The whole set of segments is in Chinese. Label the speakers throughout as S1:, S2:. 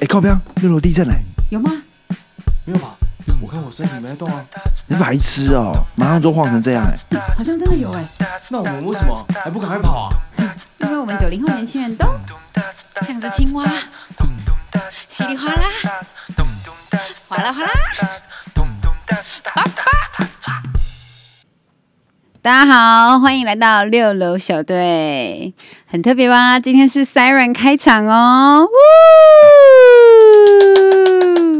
S1: 哎，靠边，六楼地震嘞、
S2: 有吗？
S3: 没有吧？我看我身体没在动啊。
S1: 你白痴哦、马上就晃成这样哎、
S2: 好像真的有哎，
S3: 那我们为什么还不赶快跑啊？
S2: 因为我们九零后年轻人都像只青蛙，
S3: 嗯
S2: 稀里哗啦，哗啦哗啦。
S3: 嗯
S2: 大家好，欢迎来到六楼小队，很特别吧？今天是 Siren 开场哦，
S4: 啊，
S2: 呜！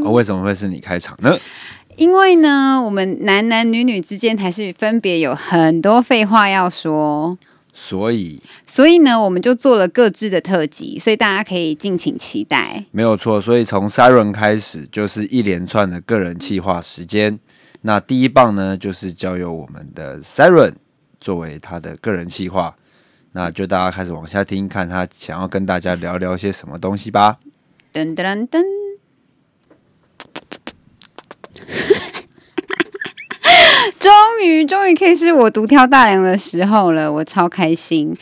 S4: 哦为什么会是你开场呢？
S2: 因为呢，我们男男女女之间还是分别有很多废话要说，
S4: 所以
S2: 所以呢，我们就做了各自的特辑，所以大家可以敬请期待。
S4: 没有错，所以从 Siren 开始就是一连串的个人企划时间。那第一棒呢，就是交由我们的 Siren 作为他的个人企划。那就大家开始往下听，看他想要跟大家聊聊些什么东西吧。
S2: 噔噔噔！ 终于，终于可以是我独挑大梁的时候了，我超开心。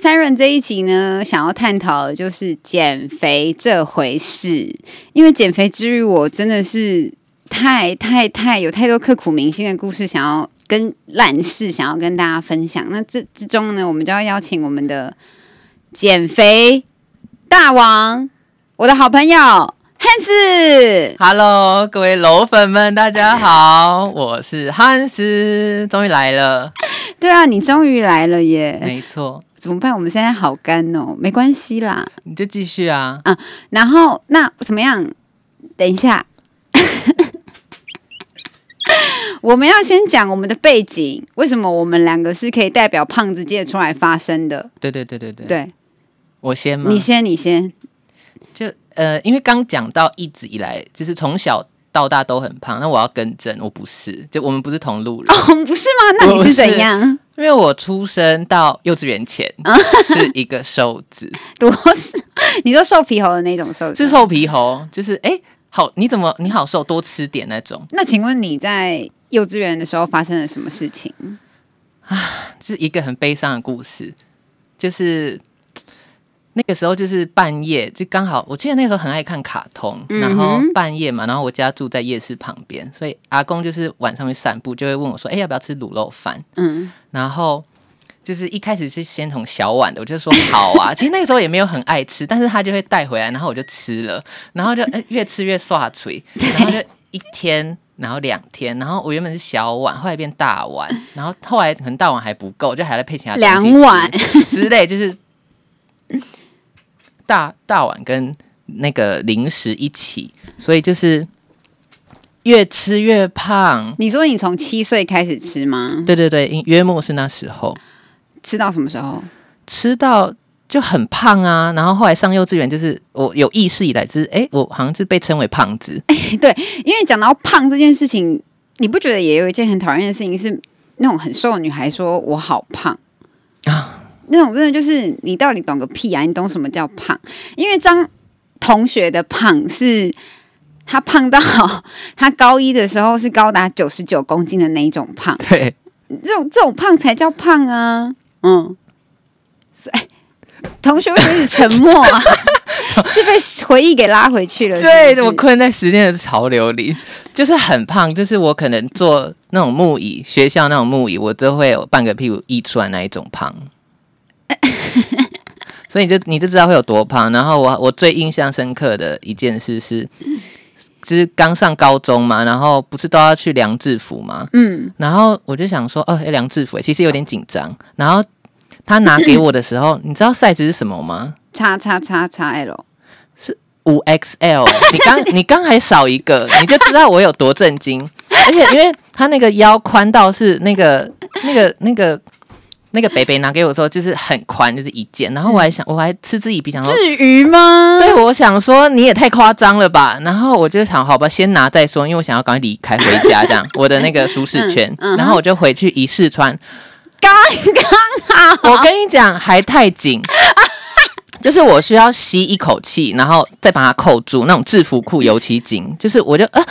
S2: Siren 这一集呢，想要探讨的就是减肥这回事，因为减肥之于我真的是太太太有太多刻骨铭心的故事，想要跟烂事想要跟大家分享。那这之中呢，我们就要邀请我们的减肥大王我的好朋友汉斯，
S5: Hello，各位楼粉们，大家好，我是汉斯，终于来了，
S2: 对啊，你终于来了耶！
S5: 没错，
S2: 怎么办？我们现在好干哦，没关系啦。
S5: 你就继续啊，
S2: 然后那怎么样？等一下， 我们要先讲我们的背景，为什么我们两个是可以代表胖子界出来发声的？
S5: 对对对对对，嗯
S2: 对
S5: 我先吗？
S2: 你先，你先。
S5: 就呃，因为刚讲到一直以来就是从小到大都很胖，那我要更正，我不是，就我们不是同路人，
S2: 哦，我们不是吗？那你
S5: 我
S2: 是
S5: 是
S2: 怎样？
S5: 因为我出生到幼稚园前
S2: 啊
S5: 是一个瘦子，
S2: 多瘦？你说瘦皮猴的那种瘦子
S5: 是？瘦皮猴，就是哎。好，你怎么你好瘦，多吃点那种，
S2: 那请问你在幼稚园的时候发生了什么事情？
S5: 是一个很悲伤的故事，就是那个时候就是半夜，就刚好我记得那时候很爱看卡通，
S2: 嗯哼
S5: 然后半夜嘛，然后我家住在夜市旁边，所以阿公就是晚上去散步，就会问我说：“哎、要不要吃卤肉饭
S2: 嗯，？”
S5: 然后。就是一开始是先从小碗的，我就说好啊。其实那个时候也没有很爱吃，但是他就会带回来，然后我就吃了，然后就、呃越吃越刷嘴，然后就一天，然后两天，然后我原本是小碗，后来变大碗，然后后来可能大碗还不够，就还在配其他东西吃
S2: 两碗
S5: 之类，就是大大碗跟那个零食一起，所以就是越吃越胖。
S2: 你说你从七岁开始吃吗？
S5: 对对对，因约莫是那时候。
S2: 吃到什么时候？
S5: 吃到就很胖啊，然后后来上幼稚园，就是我有意识以来，就是哎、诶我好像是被称为胖子，
S2: 因为讲到胖这件事情，你不觉得也有一件很讨厌的事情是那种很瘦的女孩说我好胖啊？那种真的就是你到底懂个屁啊！你懂什么叫胖？因为张同学的胖是。他胖到 他高一的时候是高达九十九公斤的那一种胖，
S5: 对，
S2: 这种这种胖才叫胖啊，嗯，所以同学为什么一直沉默 啊？是被回忆给拉回去了是不是
S5: 对，我困在时间的潮流里，就是很胖，就是我可能坐那种木椅，学校那种木椅，我都会有半个屁股溢出来那一种胖。所以你就你就知道会有多胖。然后我我最印象深刻的一件事是，就是刚上高中嘛，然后不是都要去量制服嘛，
S2: 嗯，
S5: 然后我就想说，哦，诶量制服耶，其实有点紧张。然后他拿给我的时候，你知道 size 是什么吗？
S2: 叉叉叉叉 L，
S5: 五 XL，你刚 你刚还少一个，你就知道我有多震惊。而且因为他那个腰宽到是那个那个那个那个北北拿给我的时候，就是很宽，就是一件。然后我还
S2: 嗯
S5: 想，我还嗤之以鼻，想说。
S2: 至于吗？
S5: 对，我想说你也太夸张了吧，然后我就想，好吧，先拿再说，因为我想要赶快离开回家，这样我的那个舒适圈，
S2: 嗯嗯
S5: 然后我就回去一试穿，
S2: 刚刚好，
S5: 我跟你讲，还太紧， 就是我需要吸一口气，然后再把它扣住。那种制服裤尤其紧，就是我就呃，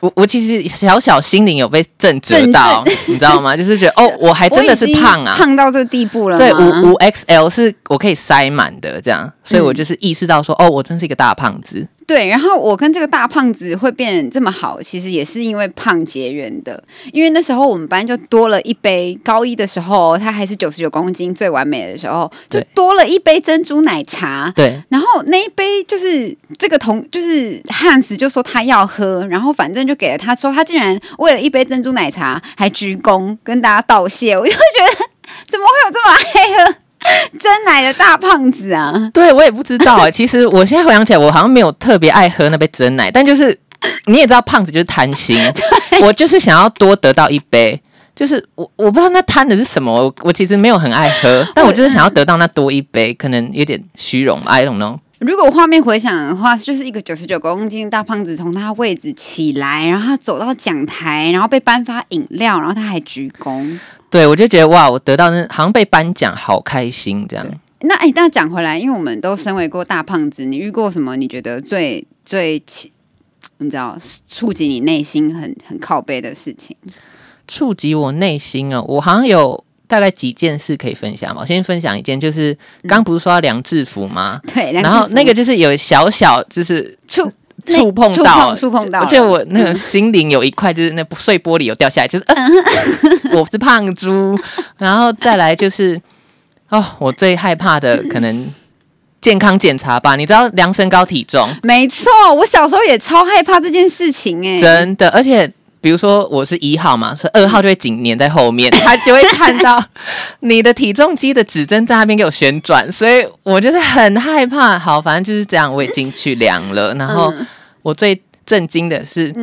S5: 我我其实小小心灵有被震折到，你知道吗？就是觉得 哦，我还真的是
S2: 我已经
S5: 胖啊，
S2: 胖到这个地步了吗。
S5: 对，五五 XL 是我可以塞满的这样，所以我就是意识到说，哦，我真是一个大胖子。
S2: 对，然后我跟这个大胖子会变这么好，其实也是因为胖结缘的。因为那时候我们班就多了一杯，高一的时候他还是九十九公斤最完美的时候，就
S5: 对
S2: 多了一杯珍珠奶茶。
S5: 对，
S2: 然后那一杯就是这个同就是汉斯就说他要喝，然后反正就给了他之后，他竟然为了一杯珍珠奶茶还鞠躬跟大家道谢，我就觉得怎么会有这么爱喝真奶的大胖子啊？
S5: 对我也不知道哎、其实我现在回想起来，我好像没有特别爱喝那杯真奶，但就是你也知道，胖子就是贪 心，我就是想要多得到一杯。就是我，我不知道那贪的是什么，我我其实没有很爱 喝，但我就是想要得到那多一杯，可能有点虚荣吧，I don't know。
S2: 如果画面回想的话，就是一个九十九公斤的大胖子从他位置起来，然后他走到讲台，然后被颁发饮料，然后他还鞠躬。
S5: 对，我就觉得哇，我得到那好像被颁奖，好开心这样。
S2: 那哎，那讲回来，因为我们都身为过大胖子，你遇过什么你觉得最最起，你知道触及你内心很很靠背的事情？
S5: 触及我内心哦，我好像有大概几件事可以分享嘛。我先分享一件，就是刚不是说要量嗯制服吗？
S2: 对，
S5: 然后那个就是有小小就是
S2: 触
S5: 触碰
S2: 触
S5: 到
S2: 碰触碰到了，嗯
S5: 而且我那个心灵有一块就是那不碎玻璃有掉下来，就是、呃、
S2: 嗯
S5: 我是胖猪，然后再来就是哦，我最害怕的可能健康检查吧，你知道量身高体重，
S2: 没错，我小时候也超害怕这件事情哎、
S5: 真的，而且比如说我是一号嘛，所以二号就会紧粘在后面， 他就会看到 你的体重机的指针在那边给我旋转，所以我就是很害怕。好，反正就是这样，我已经去量了，然后我最震惊的是，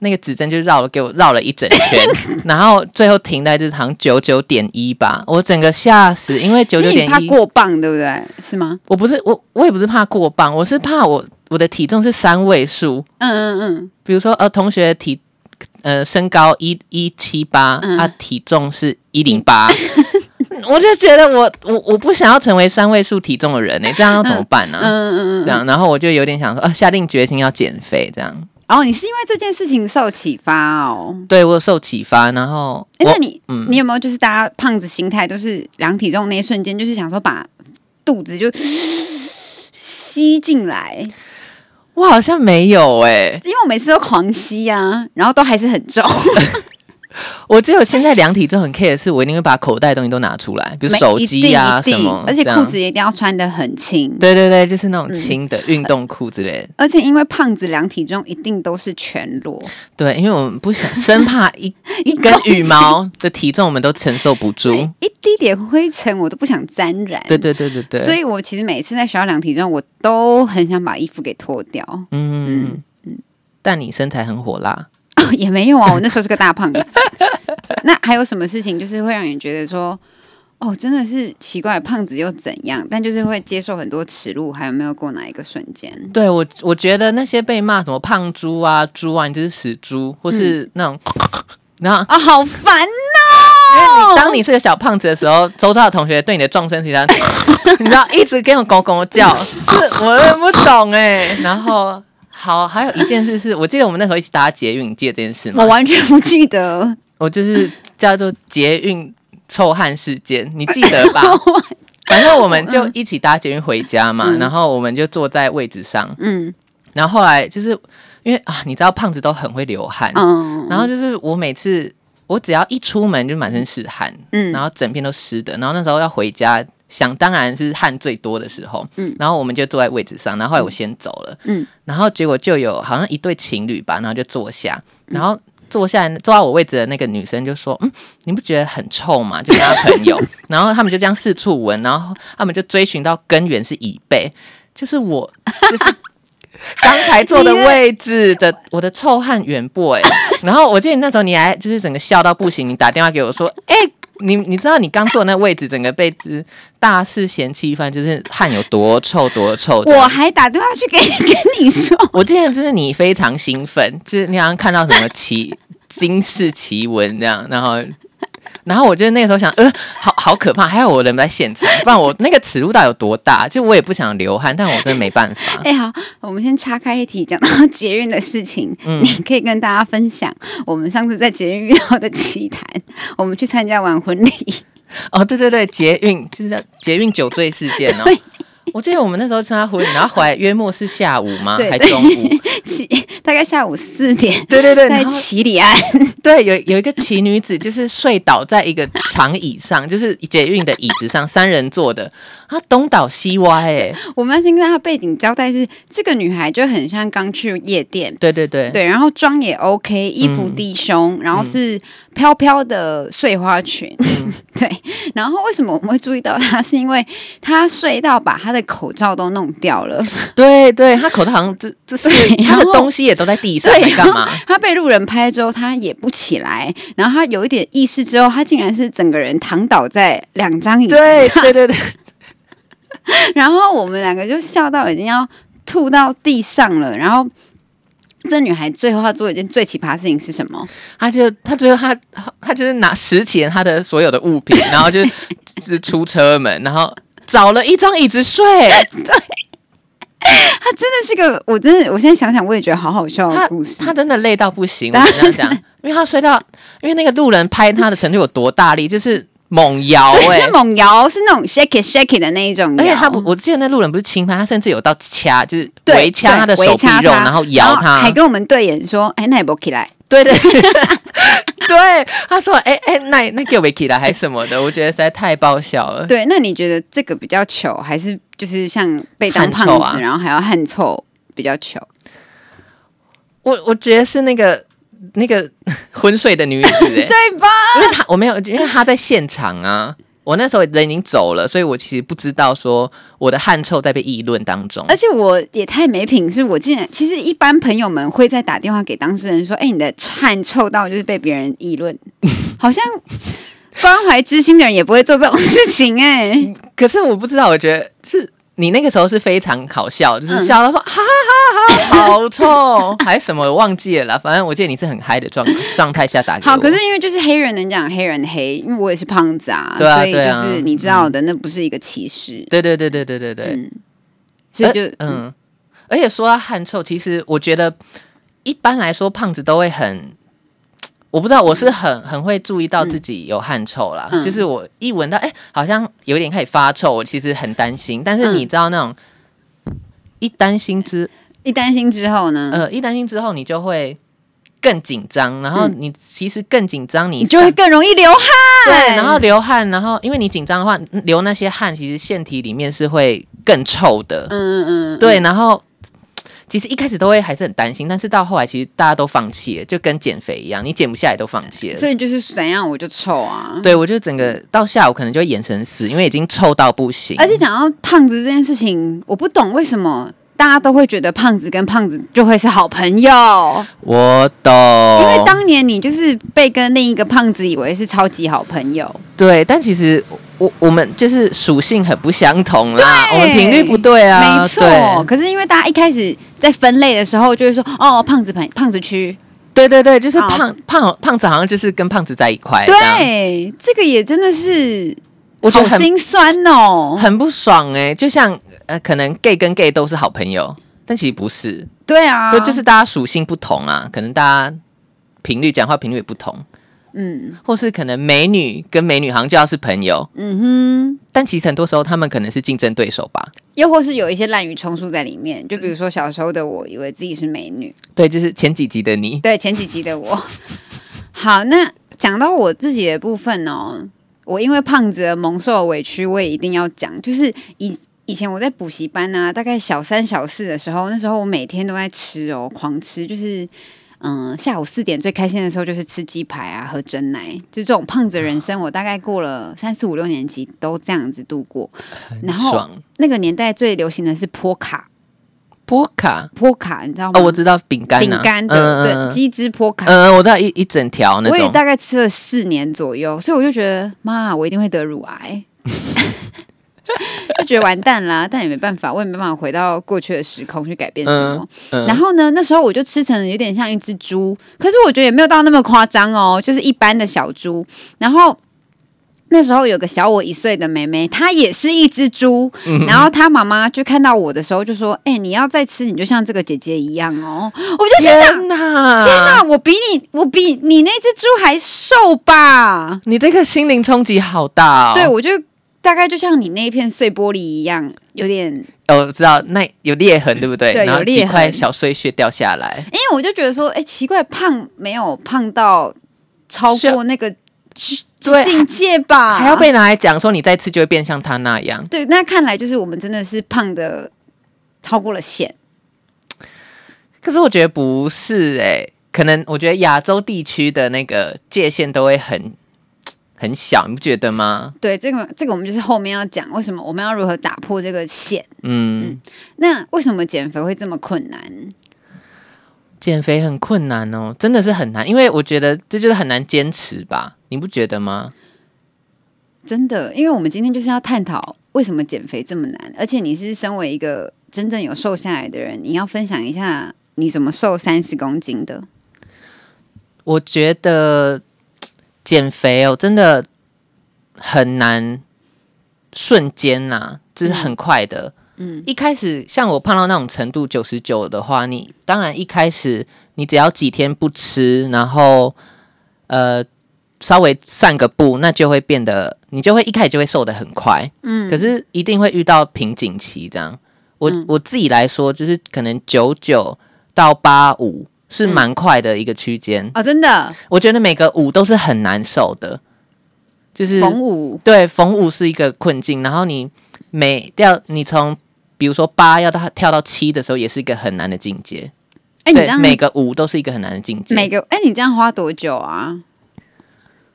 S5: 那个指针就绕了给我绕了一整 圈，然后最后停在就是好像九九点一吧，我整个吓死，因为九
S2: 因
S5: 九
S2: 为
S5: 点
S2: 你怕
S5: 一，
S2: 过磅对不对？是吗？
S5: 我不是我我也不是怕过磅，我是怕我我的体重是三位数，
S2: 嗯嗯嗯，
S5: 比如说呃，同学体呃身高一一七八
S2: 嗯
S5: 啊，体重是一 零八，我就觉得我我我不想要成为三位数体重的人欸呢、这样要怎么办
S2: 嗯
S5: 呢、这样，然后我就有点想说，啊，下定决心要减肥，这样。
S2: 哦，你是因为这件事情受启发哦。
S5: 对我有受启发，然后
S2: 哎，
S5: 我嗯
S2: 那你、你有没有就是大家胖子心态都是量体重那一瞬间，就是想说把肚子就吸进来，
S5: 我好像没有哎、
S2: 因为我每次都狂吸啊，然后都还是很 重，
S5: 我只有现在量体重很 care 的是，我一定会把口袋的东西都拿出来，比如
S2: 每
S5: 手
S2: 一
S5: 机
S2: 定
S5: 呀、
S2: 一定
S5: 什么，
S2: 而且
S5: 这样
S2: 裤子嗯也一定要穿的很轻。
S5: 对对对，就是那种轻的运动裤之类的。
S2: 而且因为胖子量体重一定都是全裸，
S5: 对，因为我们不想生怕一
S2: 一
S5: 跟
S2: 公斤
S5: 羽毛的体重我们都承受不住。
S2: 一滴点灰尘我都不想沾染。
S5: 对对对对对，
S2: 所以我其实每次在学校量体重，我都很想把衣服给脱掉。
S5: 嗯嗯，但你身材很火辣，
S2: 哦，也没有啊，我那时候是个大胖子。 那还有什么事情就是会让你觉得说，哦，真的是奇怪，胖子又怎样？但就是会接受很多耻辱，还有没有过哪一个瞬间？
S5: 对我我觉得那些被骂什么胖猪啊、猪啊，你这是死猪，或
S2: 嗯
S5: 是那种， 然后
S2: 啊、好烦哦！
S5: 当你是个小胖子的时候，周遭的同学对你的撞声其实 很，你知道一直跟我拱拱叫，就是我也不懂哎、然后好，还有一件事是我记得我们那时候一起搭捷运，你记得这件事吗？
S2: 我完全不记得，
S5: 我就是叫做捷运臭汗事件，你记得 吧？反正我们就一起搭捷运回家嘛，然后我们就坐在位置上，
S2: 嗯
S5: 然后后来就是因为啊，你知道胖子都很会流汗，
S2: 嗯
S5: 然后就是我每次我只要一出门就满身是汗，
S2: 嗯
S5: 然后整片都湿的，然后那时候要回家，想当然是汗最多的时候，
S2: 嗯
S5: 然后我们就坐在位置上，然后后来我先走了，
S2: 嗯
S5: 然后结果就有好像一对情侣吧，然后就坐下，然后坐下来坐到我位置的那个女生就说：“嗯，你不觉得很臭吗？” 就跟她朋友，然后他们就这样四处闻，然后他们就追寻到根源是椅背，就是我，就是刚才坐的位置的我的臭汗远播哎、然后我记得那时候你还就是整个笑到不行，你打电话给我说：“哎、你你知道你刚坐的那位置，整个被就是大肆嫌弃一番，就是汗有多臭多臭。”这样
S2: 我还打电话去给跟你 说，
S5: 我之前就是你非常 兴奋，就是你好像看到什么奇惊世奇闻这样，然后然后我就那个时候想，呃，好好可怕，还好我人不在现场，不然我那个尺度到底有多大？就我也不想流汗，但我真的没办法。
S2: 哎、好，我们先岔开一题，讲到捷运的事情，
S5: 嗯
S2: 你可以跟大家分享我们上次在捷运遇到的奇谈。我们去参加完婚礼，
S5: 哦，对对对，捷运就是叫捷运酒醉事件哦。我记得我们那时候参加婚礼，然后回来约莫是下午吗？
S2: 对
S5: 还
S2: 对
S5: 中午？
S2: 起大概下午四点，
S5: 对对对，
S2: 在
S5: 然后
S2: 七里岸，
S5: 对，有有一个奇女子，就是睡倒在一个长椅上，就是捷运的椅子上，三人座的，她东倒西歪、欸，哎，
S2: 我们要先跟她背景交代是，这个女孩就很像刚去夜店。
S5: 对对对，
S2: 对，然后妆也 OK，衣
S5: 嗯
S2: 服低胸，然后是飘飘的碎花裙，
S5: 嗯
S2: 对。然后为什么我们会注意到她？是因为她睡到把她的口罩都弄掉了，
S5: 对对，她口袋好像这这是
S2: 对然
S5: 她
S2: 后
S5: 的东西也都在地上，
S2: 对，
S5: 在
S2: 然
S5: 干
S2: 后
S5: 嘛？
S2: 他被路人拍之后，他也不起来，然后他有一点意识之后，他竟然是整个人躺倒在两张椅子
S5: 对
S2: 上，
S5: 对对对，
S2: 然后我们两个就笑到已经要吐到地上了，然后。这女孩最后她做一件最奇葩的事情是什么？
S5: 她就她觉得她她她就是拿拾起了她的所有的物 品，然后就就是出车门，然后找了一张椅子睡，
S2: 她真的是个，我真的，我现在想想我也觉得好好笑的
S5: 她
S2: 故事。
S5: 她真的累到不行，我 跟她讲，因为她睡到，因为那个路人拍她的程度有多大力，就是 猛摇
S2: 对
S5: 哎、
S2: 是猛摇，是那种 shake it shake it 的那一种摇。
S5: 而且他不，我记得那路人不是轻拍，他甚至有到掐，就是
S2: 对
S5: 围掐
S2: 对
S5: 他的手
S2: 围
S5: 臂
S2: 掐
S5: 肉，
S2: 她
S5: 然后摇
S2: 然后还
S5: 他。
S2: 跟我们对眼说：“哎，那也不起来。”
S5: 对 对对，他说：“哎、哎、那那给我起来还是什么的？”我觉得实在太爆笑了。
S2: 对，那你觉得这个比较糗，还是就是像被当
S5: 汗
S2: 胖
S5: 臭
S2: 子，
S5: 啊
S2: 然后还要汗臭比较糗？
S5: 我我觉得是那个那个 昏睡的女子、 哎，
S2: 对吧？
S5: 因为她我没有，因为她在现场啊。我那时候人已经走了，所以我其实不知道说我的汗臭在被议论当中。
S2: 而且我也太没品，是我竟然其实一般朋友们会在打电话给当事人说：“哎，你的汗臭到就是被别人议论，好像关怀知心的人也不会做这种事情、哎，
S5: 可是我不知道，我觉得是你那个时候是非常好笑，就是笑到说、哈哈哈，好臭，嗯 还是什么我忘记了啦。反正我记得你是很嗨的状状态下打给我。
S2: 好，可是因为就是黑人能讲黑人黑，因为我也是胖子啊，
S5: 对啊
S2: 所以就
S5: 对啊
S2: 是你知道的，那不是一个歧视，
S5: 对对对对对对对，
S2: 嗯所以就、
S5: 呃嗯，而且说到汗臭，其实我觉得一般来说胖子都会很。我不知道，我是很很会注意到自己有汗臭啦，
S2: 嗯
S5: 就是我一闻到，哎、好像有点开始发臭，我其实很担心。但是
S2: 嗯
S5: 你知道那种、一担心之
S2: 一担心之后呢，
S5: 呃，一担心之后，你就会更紧张，然后你其实更紧张，你
S2: 嗯你就会
S5: 上
S2: 更容易流汗，
S5: 对，然后流汗，然后因为你紧张的话，嗯流那些汗，其实腺体里面是会更臭的。
S2: 嗯嗯嗯，
S5: 对，然后其实一开始都会还是很担心，但是到后来其实大家都放弃了，就跟减肥一样，你减不下来都放弃了。
S2: 所以就是怎样我就臭啊。
S5: 对，我就整个到下午可能就会眼神死，因为已经臭到不行。
S2: 而且讲到胖子这件事情，我不懂为什么大家都会觉得胖子跟胖子就会是好朋友，
S5: 哦我懂，
S2: 因为当年你就是被跟另一个胖子以为是超级好朋友，
S5: 对，但其实我我们就是属性很不相同啦，
S2: 对
S5: 我们频率不对啊，
S2: 没
S5: 对
S2: 错。可是因为大家一开始在分类的时候，就会说哦，胖子朋胖子区，
S5: 对对对，就是
S2: 好
S5: 胖胖胖子好像就是跟胖子在一块，这样
S2: 对，这个也真的是
S5: 我觉得
S2: 好
S5: 很
S2: 心酸哦。
S5: 很不爽哎、就像呃，可能 gay 跟 gay 都是好朋友，但其实不是，
S2: 对啊，
S5: 就就是大家属性不同啊，可能大家频率讲话频率也不同，
S2: 嗯
S5: 或是可能美女跟美女好像就要是朋友，
S2: 嗯哼。
S5: 但其实很多时候他们可能是竞争对手吧。
S2: 又或是有一些滥竽充数在里面，就比如说小时候的我以为自己是美女，
S5: 对，就是前几集的你，
S2: 对前几集的我。 好，那讲到我自己的部分哦，我因为胖子而蒙受的委屈，我也一定要讲。就是以以前我在补习班啊，大概小三小四的时候，那时候我每天都在吃哦，狂吃，就是。嗯，下午四点最开心的时候就是吃鸡排啊，喝真奶，就这种胖子人生，我大概过了三四五六年级都这样子度过。然后
S5: 爽
S2: 那个年代最流行的是波卡，
S5: 波卡
S2: 波卡你知道吗？
S5: 哦，我知道饼干、啊，
S2: 饼干的对
S5: 嗯
S2: 鸡汁波卡，
S5: 嗯，我知道一一整条那
S2: 我也
S5: 种，
S2: 大概吃了四年左右，所以我就觉得妈，我一定会得乳癌， 就觉得完蛋啦。但也没办法，我也没办法回到过去的时空去改变什么。
S5: 嗯
S2: 然后呢，那时候我就吃成有点像一只猪，可是我觉得也没有到那么夸张哦，就是一般的小猪。然后。那时候有个小我一岁的妹妹，她也是一只猪。
S5: 嗯
S2: 然后她妈妈就看到我的时候就说：“哎、你要再吃，你就像这个姐姐一样哦。”我就心想：“
S5: 天哪！
S2: 天哪，！我比你，我比你那只猪还瘦吧？”
S5: 你这个心灵冲击好大哦。
S2: 对，，我就大概就像你那一片碎玻璃一样，有点
S5: 哦，我知道，那有裂 痕对不对？
S2: 对
S5: 然后
S2: 有裂
S5: 几块
S2: 痕
S5: 小碎屑掉下来。
S2: 因为我就觉得说，哎、奇怪，胖没有胖到超
S5: 是啊
S2: 过那个
S5: 对
S2: 境界吧？
S5: 还要被拿来讲说你再吃就会变像他那样，
S2: 对，那看来就是我们真的是胖的超过了线。
S5: 可是我觉得不是哎、可能我觉得亚洲地区的那个界限都会很很小，你不觉得吗？
S2: 对，这个这个我们就是后面要讲为什么我们要如何打破这个线。
S5: 嗯，
S2: 那为什么减肥会这么困难？
S5: 减肥很困难哦，真的是很难，因为我觉得这就是很难坚持吧，你不觉得吗？
S2: 真的，因为我们今天就是要探讨为什么减肥这么难，而且你是身为一个真正有瘦下来的人，你要分享一下你怎么瘦三十公斤的。
S5: 我觉得减肥哦，真的很难瞬间呐、就是很快的。嗯，一开始像我胖到那种程度九十九的话，你当然一开始你只要几天不吃，然后呃稍微散个步，那就会变得你就会一开始就会瘦得很快。嗯，可是一定会遇到瓶颈期这样。我、我自己来说，就是可能九九到八五是蛮快的一个区间。
S2: 哦，真的，
S5: 我觉得每个舞都是很难受的，就是
S2: 逢五
S5: 对逢舞是一个困境，然后你每掉你从比如说八要到跳到七的时候，也是一个很难的境界。
S2: 哎、你这
S5: 对，
S2: 样
S5: 每个舞都是一个很难的境界。
S2: 每个哎、你这样花多久啊？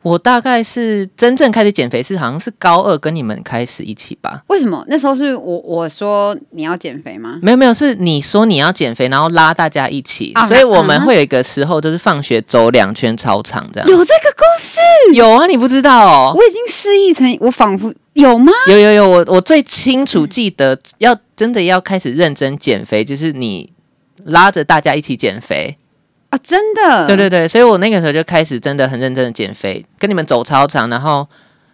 S5: 我大概是真正开始减肥是好像是高二跟你们开始一起吧。
S2: 为什么那时候是我我说你要减肥吗？
S5: 没有没有，是你说你要减肥，然后拉大家一起，
S2: 啊
S5: 所以我
S2: 嗯
S5: 们
S2: 哼
S5: 会有一个时候就是放学走两圈操场这样。
S2: 有这个故事，
S5: 有啊，你不知道嗯哦？
S2: 我已经失忆成我仿佛有吗？
S5: 有有有，我我最清楚记得，要真的要开始认真减肥，就是你拉着大家一起减肥。
S2: 啊，真的，
S5: 对对对，所以我那个时候就开始真的很认真的减肥，跟你们走操场，然后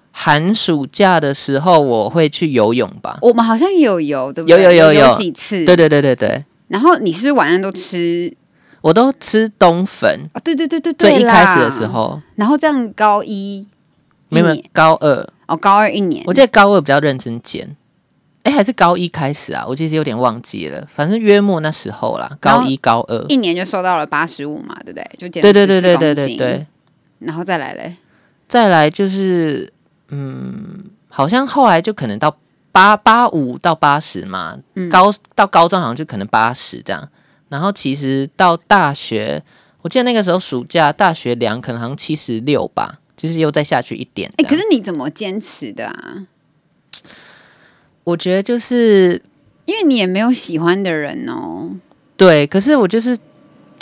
S5: 寒暑假的时候我会去游泳吧。
S2: 我们好像有油，对不对？
S5: 有有有有
S2: 几次，
S5: 对。对对对对，
S2: 然后你是不是晚上都吃
S5: 我都吃冬粉，
S2: 啊？对对对对对，
S5: 最一
S2: 啦
S5: 开始的时。候，
S2: 然后这样高一，
S5: 没有没
S2: 一
S5: 有
S2: 年
S5: 高二，
S2: 哦，高二一年，
S5: 我记得高二比较认真减。哎，还是高一开始啊，我其实有点忘记了，反正约莫那时候啦，
S2: 然
S5: 高
S2: 后
S5: 一高二，
S2: 一年就瘦到了八十五嘛，对不对？就减
S5: 对
S2: 了
S5: 对对对
S2: 14
S5: 对
S2: 公
S5: 对
S2: 斤
S5: 对，，
S2: 然后再来嘞，
S5: 再来就是，嗯，好像后来就可能到八八五到八十嘛，
S2: 嗯
S5: 高啊到高中好像就可能八十这样。然后其实到大学，我记得那个时候暑假大学量可能好像七十六吧，就是又再下去一点这
S2: 哎，
S5: 样。
S2: 可是你怎么坚持的啊？
S5: 我觉得就是
S2: 因为你也没有喜欢的人哦，
S5: 对，可是我就是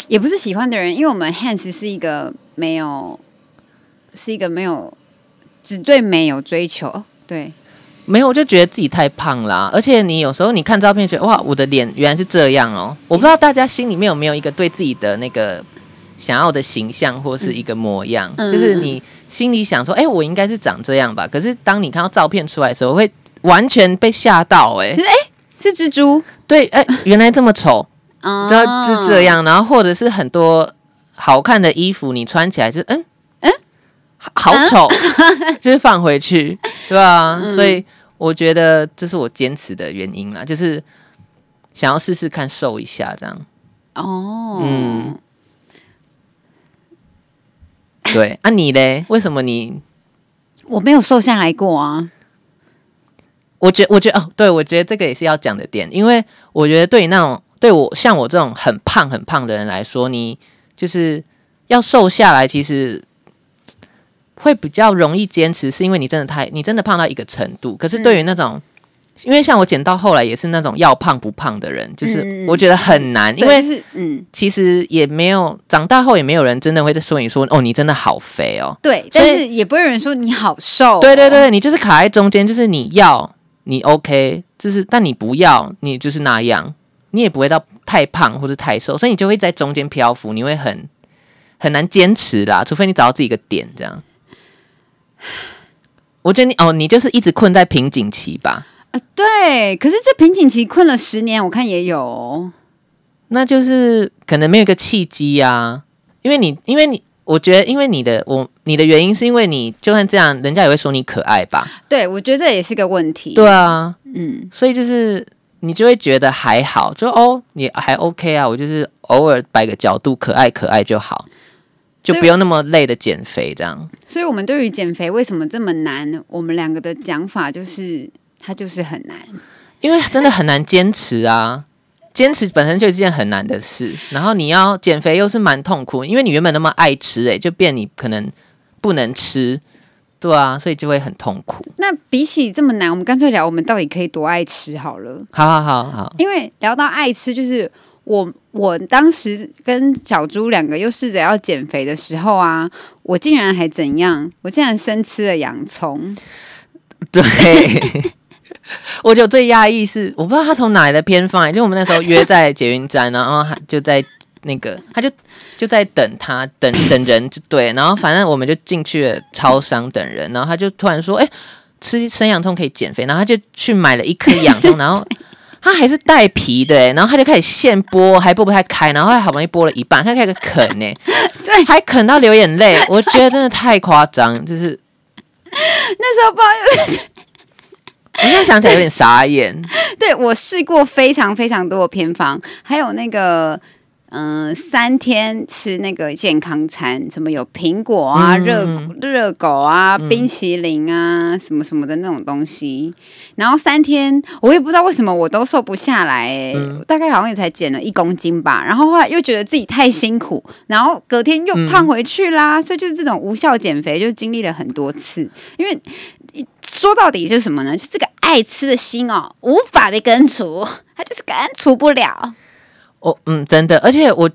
S2: 也不是喜欢的人，因为我们 Hans 是一个没有，是一个没有只对美有追求，对，
S5: 没有，我就觉得自己太胖啦、而且你有时候你看照片，觉得哇，我的脸原来是这样哦。我不知道大家心里面有没有一个对自己的那个想要的形象或是一个模样，
S2: 嗯
S5: 就是你心里想说，哎、我应该是长这样吧。可是当你看到照片出来的时候，会完全被吓到、哎，
S2: 是蜘蛛，
S5: 对，哎、原来这么丑，
S2: 啊
S5: 知道是这，样。然后或者是很多好看的衣服，你穿起来就嗯嗯，好好丑， 就是放回去，对啊。所以我觉得这是我坚持的原因啦，就是想要试试看瘦一下这样。
S2: 哦，
S5: 嗯对啊，你嘞？为什么你？
S2: 我没有瘦下来过啊，
S5: 我觉我觉得哦，对我觉得这个也是要讲的点，因为我觉得对你那种对我像我这种很胖很胖的人来说，你就是要瘦下来，其实会比较容易坚持，是因为你真的太你真的胖到一个程度。可是对于
S2: 嗯
S5: 那种，因为像我减到后来也是那种要胖不胖的人，就是
S2: 嗯
S5: 我觉得很难，因
S2: 对
S5: 为
S2: 就是嗯，
S5: 其实也没有长大后也没有人真的会在说你说哦你真的好肥哦，
S2: 对，
S5: 所以
S2: 但是也不会有人说你好瘦、哦
S5: 对对，对，你就是卡在中间，就是你要你 OK，就是但你不要你就是那样，你也不会到太胖或者太瘦，所以你就会在中间漂浮，你会很很难坚持啦，除非你找到自己一个点这样。我觉得你哦，你就是一直困在瓶颈期吧？
S2: 啊，对，可是这瓶颈期困了十年，我看也有哦、
S5: 那就是可能没有一个契机啊，因为你，因为你，我觉得，因为你的我，你的原因是因为你就算这样，人家也会说你可爱吧？
S2: 对，我觉得这也是个问题。
S5: 对，啊，
S2: 嗯，
S5: 所以就是你就会觉得还好，就哦也还 OK 啊，我就是偶尔摆个角度可爱可爱就好，就
S2: 所以
S5: 不用那么累的减肥这样。
S2: 所以我们对于减肥为什么这么难，我们两个的讲法就是它就是很难。
S5: 因为真的很难坚持啊，坚持本身就是一件很难的事，然后你要减肥又是蛮痛苦，因为你原本那么爱吃、欸，就变你可能不能吃，对啊，所以就会很痛苦。
S2: 那比起这么难，我们干脆聊我们到底可以多爱吃好了。
S5: 好好好好，
S2: 因为聊到爱吃，就是我我当时跟小猪两个又试着要减肥的时候啊，我竟然还怎样？我竟然生吃了洋葱，
S5: 对。我觉得我最压抑是，我不知道他从哪来的偏方、欸，就我们那时候约在捷运站，然后他就在那个，他就就在等他等 等人，就对，然后反正我们就进去了超商等人，然后他就突然说，哎、吃生洋葱可以减肥，然后他就去买了一颗洋葱，然后他还是带皮的、欸，然后他就开始现剥，还剥不太开，然后还好不容易剥了一半，他开始啃呢、
S2: 对
S5: 还啃到流眼泪，我觉得真的太夸张，就是
S2: 那时候不好意思，
S5: 我现在想起来有点傻眼。
S2: 对我试过非常非常多的偏方，还有那个。嗯、三天吃那个健康餐，什么有苹果啊、热热狗啊、冰淇淋啊，什么什么的那种东西。然后三天，我也不知道为什么我都瘦不下来、欸，大概好像也才减了一公斤吧。然后后来又觉得自己太辛苦，然后隔天又胖回去啦。所以就是这种无效减肥，就经历了很多次。因为说到底就是什么呢？就这个爱吃的心哦，无法被根除，它就是根除不了。
S5: 我嗯，真的，而且我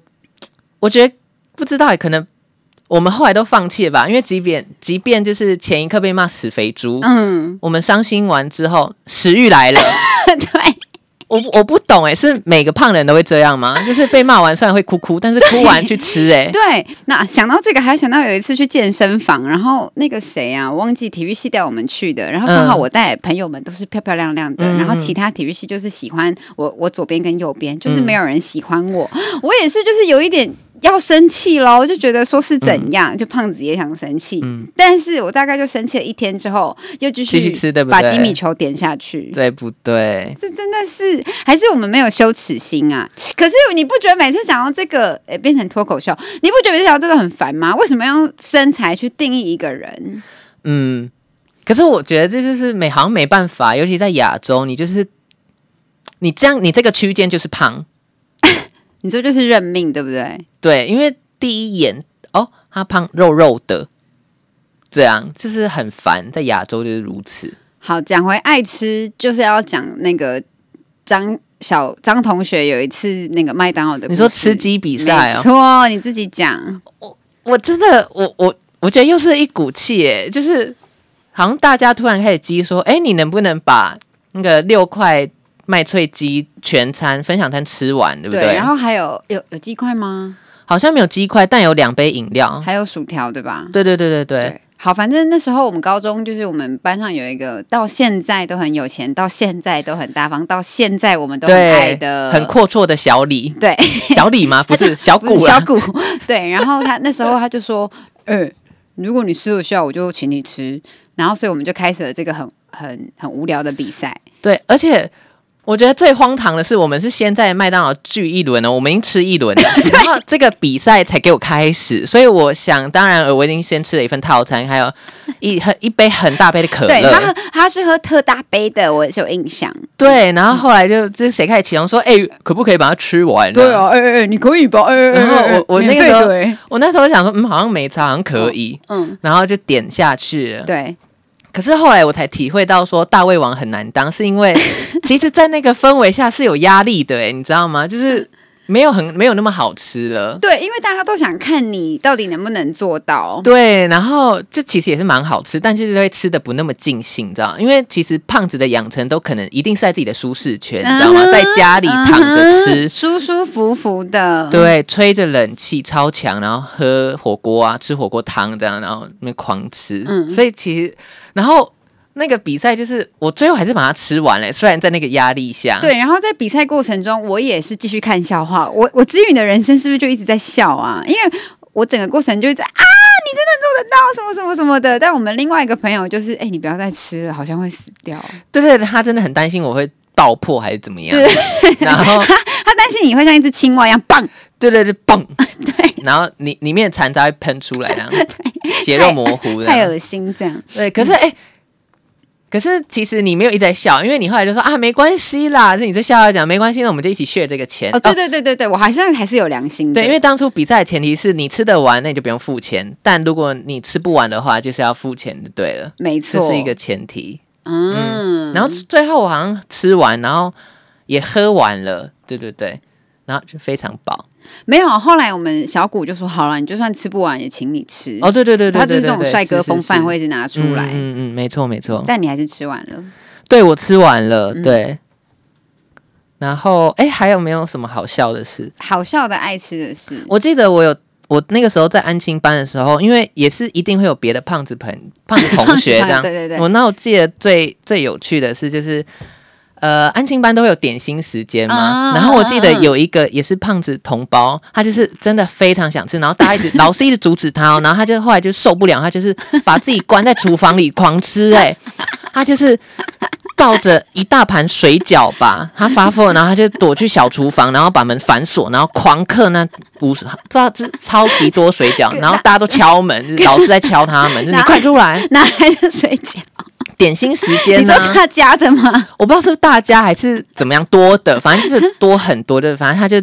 S5: 我觉得不知道欸，可能我们后来都放弃了吧，因为即便即便就是前一刻被骂死肥猪，
S2: 嗯，
S5: 我们伤心完之后，食欲来了。
S2: 对，
S5: 我我不懂哎，是每个胖人都会这样吗？就是被骂完虽然会哭哭，但是哭完去吃哎，
S2: 对，那想到这个，还想到有一次去健身房，然后那个谁啊，我忘记体育系带我们去的，然后刚好
S5: 嗯
S2: 我带朋友们都是漂漂亮亮的，
S5: 嗯
S2: 然后其他体育系就是喜欢我，我左边跟右边，就是没有人喜欢我，
S5: 嗯
S2: 我也是，就是有一点。要生气喽，就觉得说是
S5: 嗯
S2: 怎样，就胖子也想生气，但是我大概就生气了一天之后，又继
S5: 继续吃对不
S2: 把
S5: 对
S2: 几米球点下去，
S5: 对不对？
S2: 这真的是还是我们没有羞耻心啊？可是你不觉得每次想到这个，诶、变成脱口秀，你不觉得每次想到这个很烦吗？为什么要用身材去定义一个人？
S5: 嗯，可是我觉得这就是没好像没办法，尤其在亚洲，你就是你这样，你这个区间就是胖，
S2: 你说就是认命，对不对？
S5: 对，因为第一眼哦，他胖肉肉的，这样就是很烦，在亚洲就是如此。
S2: 好，讲回爱吃，就是要讲那个张小张同学有一次那个麦当劳的故事，
S5: 你说吃鸡比赛
S2: 没
S5: 哦，
S2: 错，你自己讲，
S5: 我真的，我我我觉得又是一股气耶，就是好像大家突然开始激说，哎，你能不能把那个六块麦脆鸡全餐分享餐吃完，对不对？
S2: 然后还有有有鸡块吗？
S5: 好像没有鸡块，但有两杯饮料。
S2: 还有薯条，对吧？
S5: 对对对对对，
S2: 对，好，反正那时候我们高中就是我们班上有一个到现在都很有钱，到现在都很大方，到现在我们都很爱的，
S5: 很阔绰的小李，
S2: 对，
S5: 小李 吗？不是小
S2: 不
S5: 谷啊
S2: 是
S5: 啦
S2: 小，谷，对。然后他那时候他就说，呃，如果你吃得下，我就请你吃。然后所以我们就开始了这个很很很无聊的比赛，
S5: 对，而且我觉得最荒唐的是，我们是先在麦当劳聚一轮哦了，我们已经吃 一轮了，然后这个比赛才给我开始，所以我想当然，我已经先吃了一份套餐，还有一很一杯很大杯的可
S2: 对他
S5: 乐，
S2: 喝他是喝特大杯的，我是有印象。
S5: 对，然后后来就这谁开始起哄说，哎、可不可以把它吃完？，
S2: 哎哎哎，你可以吧？哎哎
S5: 然后我我那个时候
S2: 对，
S5: 我那时候想说，嗯，好像没差，好像可以，
S2: 嗯，
S5: 然后就点下去了。
S2: 对，
S5: 可是后来我才体会到，说大胃王很难当，是因为 其实，在那个氛围下是有压力的，哎，你知道吗？就是没有很没有那么好吃了。
S2: 对，因为大家都想看你到底能不能做到。
S5: 对，然后就其实也是蛮好吃，但就是会吃的不那么尽兴，你知道吗？因为其实胖子的养成都可能一定是在自己的舒适圈，你知道
S2: 嗯？
S5: 吗
S2: 哼
S5: 在家里躺着
S2: 嗯
S5: 吃，
S2: 舒舒服服的。，
S5: 对，啊吹着冷气超强，然后
S2: 嗯
S5: 喝火锅啊，吃火锅汤这样，然后那边狂吃。所以其实，然后那个比赛就是我最后还是把它吃完了，虽然在那个压力下，
S2: 对，然后在比赛过程中，我也是继续看笑话。我我至于你的人生是不是就一直在笑啊？因为我整个过程就一直啊，你真的做得到什么什么什么的。但我们另外一个朋友就是，哎、你不要再吃了，好像会死掉。
S5: 对对，他真的很担心我会爆破还是怎么样，然后
S2: 他他担心你会像一只青蛙一样棒，
S5: 对对对，蹦，对，然后里里面的残渣会喷出来，然后血肉模糊
S2: 太嗯
S5: 的，
S2: 恶心这样。
S5: 对，可是哎。可是其实你没有一直在笑，因为你后来就说啊没关系啦，是你在笑来讲没关系，那我们就一起 share 这个钱。
S2: 哦，对对对对对，我好像还是有良心的。
S5: 哎对，因为当初比赛的前提是你吃得完，那你就不用付钱；但如果你吃不完的话，就是要付钱就对了，
S2: 没
S5: 这
S2: 错，
S5: 是一个前提。
S2: 嗯，
S5: 然后最后我好像吃完，然后也喝完了，对对对，然后就非常饱。
S2: 没有。后来我们小谷就说，好了，你就算吃不完也请你吃。
S5: 哦，对对对
S2: 嗯他
S5: 对
S2: 就
S5: 对
S2: 是
S5: 对对，
S2: 这种帅哥
S5: 是是
S2: 风范
S5: 是
S2: 会一直拿出来，
S5: 嗯嗯嗯，没错没错，
S2: 但你还是吃完了。
S5: 对我吃完了，
S2: 嗯
S5: 对。然后哎，还有没有什么好笑的事？
S2: 好笑的爱吃的事，
S5: 我记得我有我那个时候在安亲班的时候，因为也是一定会有别的胖 子朋胖子同学这样，
S2: 对对对
S5: 我那我记得最最有趣的是就是。呃，安亲班都会有点心时间嘛，
S2: 啊
S5: 然后我记得有一个也是胖子同胞，他就是真的非常想吃，然后大家一直老师一直阻止他、哦，然后他就后来就受不了，他就是把自己关在厨房里狂吃、欸，他就是抱着一大盘水饺 吧，他发疯了，然后他就躲去小厨房，然后把门反锁，然后狂嗑那五十不知道这超级多水 饺，然后大家都敲门，就是老师在敲他们，就是你快出来，
S2: 哪来的水饺？
S5: 点心时
S2: 你
S5: 间呢、
S2: 说他家的吗？
S5: 我不知道是不是大家还是怎么样多的，反正就是多很多的，反正他就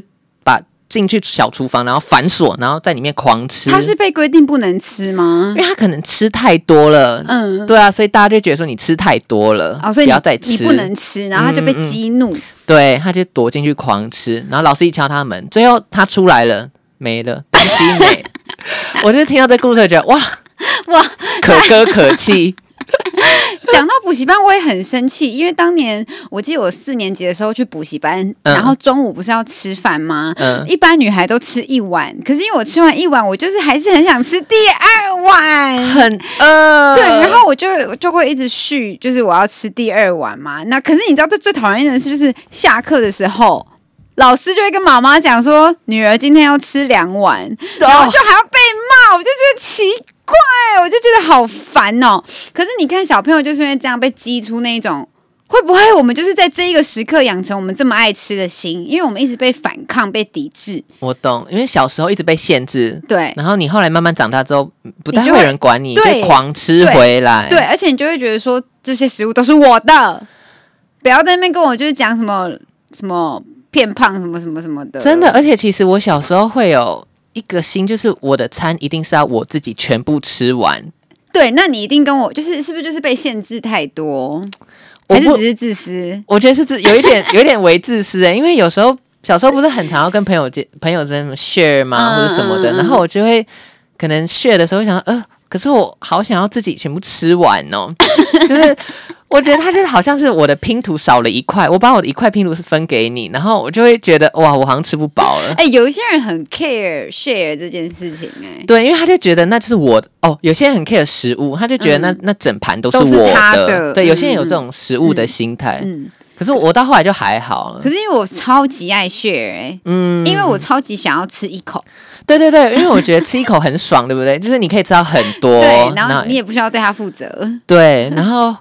S5: 把进去小厨房，然后反锁，然后在里面狂吃。
S2: 他是被规定不能吃吗
S5: 因？为他可能吃太多了，
S2: 嗯，
S5: 对啊，所以大家就觉得说你吃太多了，
S2: 哦，所以你
S5: 不要再吃，
S2: 你不能吃，然后他就被
S5: 嗯嗯嗯
S2: 激怒。
S5: 对，他就躲进去狂吃，然后老师一敲他门，最后他出来了，没了，东西没。我就听到这故事，觉得哇
S2: 哇，
S5: 可歌可泣。
S2: 讲到补习班，我也很生气，因为当年我记得我四年级的时候去补习班，
S5: 嗯
S2: 然后中午不是要吃饭吗？
S5: 嗯，
S2: 一般女孩都吃一碗，可是因为我吃完一碗，我就是还是很想吃第二碗。
S5: 很饿。
S2: 对，然后我就就会一直续，就是我要吃第二碗嘛。那可是你知道，这最讨厌的是，就是下课的时候，老师就会跟妈妈讲说，女儿今天要吃两碗，然后就还要被骂，我就觉得奇怪，我就觉得好烦哦。可是你看，小朋友就是因为这样被激出那一种。会不会我们就是在这一个时刻养成我们这么爱吃的心？因为我们一直被反抗、被抵制，
S5: 我懂，因为小时候一直被限制，
S2: 对
S5: 然后你后来慢慢长大之后，不太
S2: 你就
S5: 会有
S2: 会
S5: 人管你，就
S2: 对
S5: 狂吃
S2: 对
S5: 回来。
S2: 对，而且你就会觉得说这些食物都是我的，不要在那边跟我就是讲什么什么变胖什么什么什么的，
S5: 真的，而且其实我小时候会有一个心，就是我的餐一定是要我自己全部吃完。
S2: 对。那你一定跟我就是是不是就是被限制太多，
S5: 我
S2: 还是
S5: 不
S2: 只是自 私？
S5: 我觉得是自有一点有一点为自私欸的、因为有时候小时候不是很常要跟朋友接朋友之间什么 share 嘛
S2: 嗯
S5: 或者什么的，
S2: 嗯嗯
S5: 然后我就会可能 share 的时候会想，呃，可是我好想要自己全部吃完哦， 就是我觉得它就是好像是我的拼图少了一块，我把我的一块拼图是分给你，然后我就会觉得哇，我好像吃不饱了。
S2: 哎、有一些人很 care share 这件事情、哎，
S5: 对，因为他就觉得那就是我的哦。有些人很 care 食物，他就觉得那、那整盘都
S2: 嗯
S5: 是
S2: 都是
S5: 我
S2: 他的
S5: 对，有些人
S2: 嗯
S5: 有这种食物的
S2: 嗯
S5: 心态。
S2: 嗯，
S5: 可是我到后来就还好了
S2: 可。是因为我超级爱 share，哎、
S5: 嗯，
S2: 因为我超级想要吃一口，
S5: 对对对，因为我觉得吃一口很爽，对 不对？就是你可以吃到很多，
S2: 对，然后你也不需要对他负责，
S5: 对，然后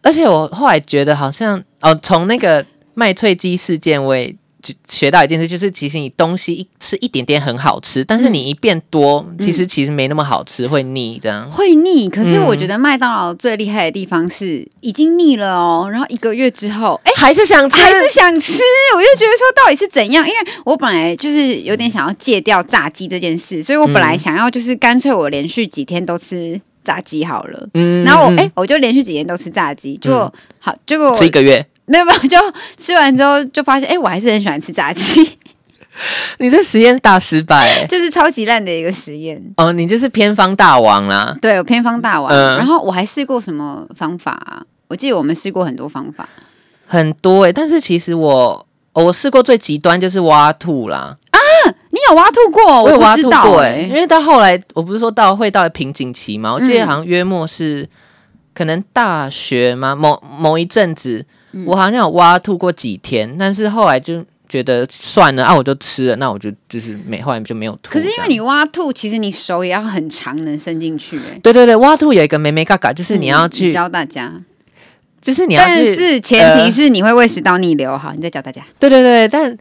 S5: 而且我后来觉得好像哦，从那个麦脆鸡事件我也就学到一件事，就是其实你东西一吃一点点很好吃，但是你一变多，其
S2: 嗯
S5: 实其实没那么好吃，会腻这样。
S2: 会腻。可
S5: 嗯
S2: 是我觉得麦当劳最厉害的地方是已经腻了哦，然后一个月之后，哎、
S5: 还是想吃，
S2: 还是想吃，我就觉得说到底是怎样？因为我本来就是有点想要戒掉炸鸡这件事，所以我本来想要就是干脆我连续几天都吃炸鸡好了。
S5: 嗯
S2: 然后我哎、
S5: 嗯
S2: 我就连续几天都吃炸鸡，就、好，结果
S5: 吃一个月，
S2: 没有没有，就吃完之后就发现，哎、我还是很喜欢吃炸 鸡，
S5: 你这实验大失 败、欸
S2: 就是超级烂的一个实验。
S5: 哦，你就是偏方大王啦。
S2: 对，我偏方大王。
S5: 嗯
S2: 然后我还试过什么方法、啊？我记得我们试过很多方法
S5: 很多诶、但是其实我、哦我试过最极端就是挖兔啦，
S2: 你有挖吐过？
S5: 我有挖
S2: 哦不
S5: 兔
S2: 知道
S5: 过欸
S2: 哎、
S5: 因为到后来我不是说到会到瓶颈期嘛，我记得
S2: 嗯
S5: 好像约莫是可能大学嘛，某某一阵子，
S2: 嗯
S5: 我好像有挖吐过几天，但是后来就觉得算了啊，我就吃了，那我就就是没后来就没有吐。
S2: 可是因为
S5: 这样
S2: 你挖吐，其实你手也要很长，能伸进去、欸。
S5: 对对对，挖吐有一个美美嘎嘎，就是你
S2: 嗯
S5: 要去，
S2: 教大家，
S5: 就是你要去，
S2: 但是前提
S5: 呃
S2: 是你会胃食道逆流。好，你再教大家。
S5: 对对对，但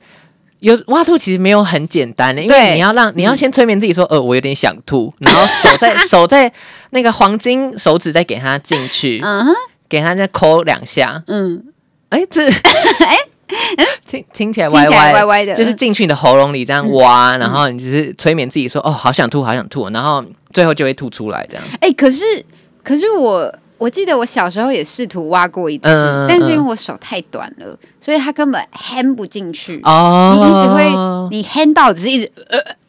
S5: 有挖吐其实没有很简单欸的，因为
S2: 对嗯
S5: 你要让你要先催眠自己说，呃，我有点想吐，然后手在手在那个黄金手指再给它进去，
S2: 嗯哼，
S5: 给它再抠两下，
S2: 嗯，
S5: 哎， 这哎。听听起来
S2: 听
S5: 歪
S2: 起来
S5: 歪
S2: 歪歪的嗯
S5: 就是进去你的喉咙里这样挖，然后你只是催眠自己说哦，好想吐，好想吐，然后最后就会吐出来这样。
S2: 哎、可是可是我我记得我小时候也试图挖过一次，
S5: 嗯嗯嗯
S2: 但是因为我手太短了，所以它根本 hand 不进去。
S5: 哦，
S2: 你一直会，你 hand 到只是一直，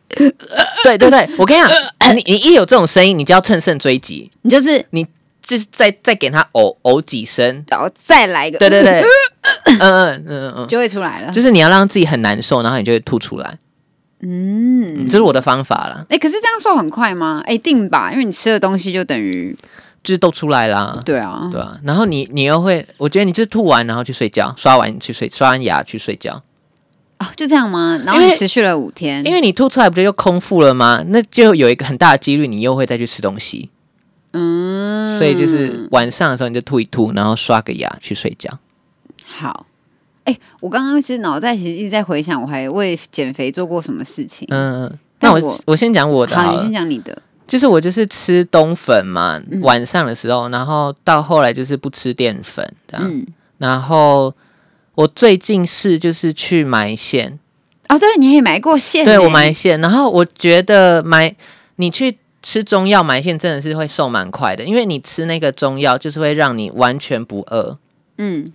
S5: 对对对，我跟你讲，你你一有这种声音，你就要乘胜追击，
S2: 你就是
S5: 你就是再再给它呕呕几声，
S2: 然后哦再来一个，
S5: 对对 对， 嗯嗯嗯嗯嗯，
S2: 就会出来了。
S5: 就是你要让自己很难受，然后你就会吐出来。嗯，这是我的方法啦，
S2: 哎、可是这样瘦很快吗？哎、定吧，因为你吃的东西就等于
S5: 就是都出来啦。
S2: 对啊，
S5: 对啊，然后你你又会，我觉得你是吐完然后去睡觉，刷完去睡，刷完牙去睡觉，
S2: 哦，就这样吗？然后
S5: 因
S2: 你
S5: 为
S2: 持续了五天，
S5: 因为你吐出来不就又空腹了吗？那就有一个很大的几率你又会再去吃东西，
S2: 嗯，
S5: 所以就是晚上的时候你就吐一吐，然后刷个牙去睡觉。
S2: 好。哎、我刚刚其实脑袋其实一直在回想，我还为减肥做过什么事情。
S5: 嗯，嗯
S2: 但
S5: 那我
S2: 我
S5: 我先讲我的
S2: 好，
S5: 好
S2: 你
S5: 了
S2: 先，讲你的。
S5: 就是我就是吃冬粉嘛，
S2: 嗯
S5: 晚上的时候，然后到后来就是不吃淀粉这样，
S2: 嗯，
S5: 然后我最近是就是去埋线，
S2: 哦，对，你也买过线、
S5: 对我埋。线，然后我觉得埋你去吃中药埋线真的是会瘦蛮快的，因为你吃那个中药就是会让你完全不饿，
S2: 嗯，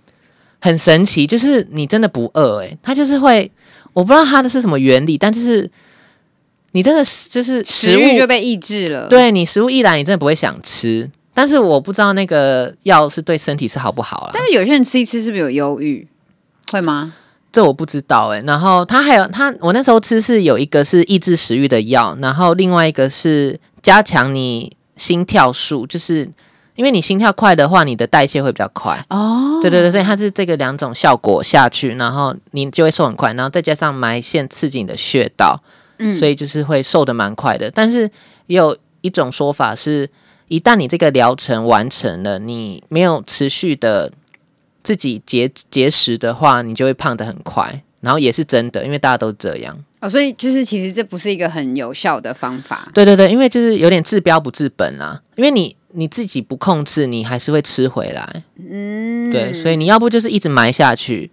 S5: 很神奇，就是你真的不饿诶、它就是会，我不知道它的是什么原理，但就是你真的是就是
S2: 食
S5: 食
S2: 欲
S5: 物
S2: 就被抑制了。，
S5: 对你食物一来，你真的不会想吃。但是我不知道那个药是对身体是好不好啦，
S2: 但是有些人吃一吃是不是有忧郁？会吗？
S5: 这我不知道哎、然后它还有它，我那时候吃是有一个是抑制食欲的药，然后另外一个是加强你心跳数，就是因为你心跳快的话，你的代谢会比较快。
S2: 哦，
S5: 对对对，所以它是这个两种效果下去，然后你就会瘦很快，然后再加上埋线刺激你的穴道，
S2: 嗯
S5: 所以就是会瘦的蛮快的。但是也有一种说法是，一旦你这个疗程完成了，你没有持续的自己节节食的话，你就会胖得很快。然后也是真的，因为大家都这样。
S2: 哦，所以就是其实这不是一个很有效的方法。
S5: 对对对，因为就是有点治标不治本啦、因为你你自己不控制，你还是会吃回来。嗯，对，所以你要不就是一直埋下去，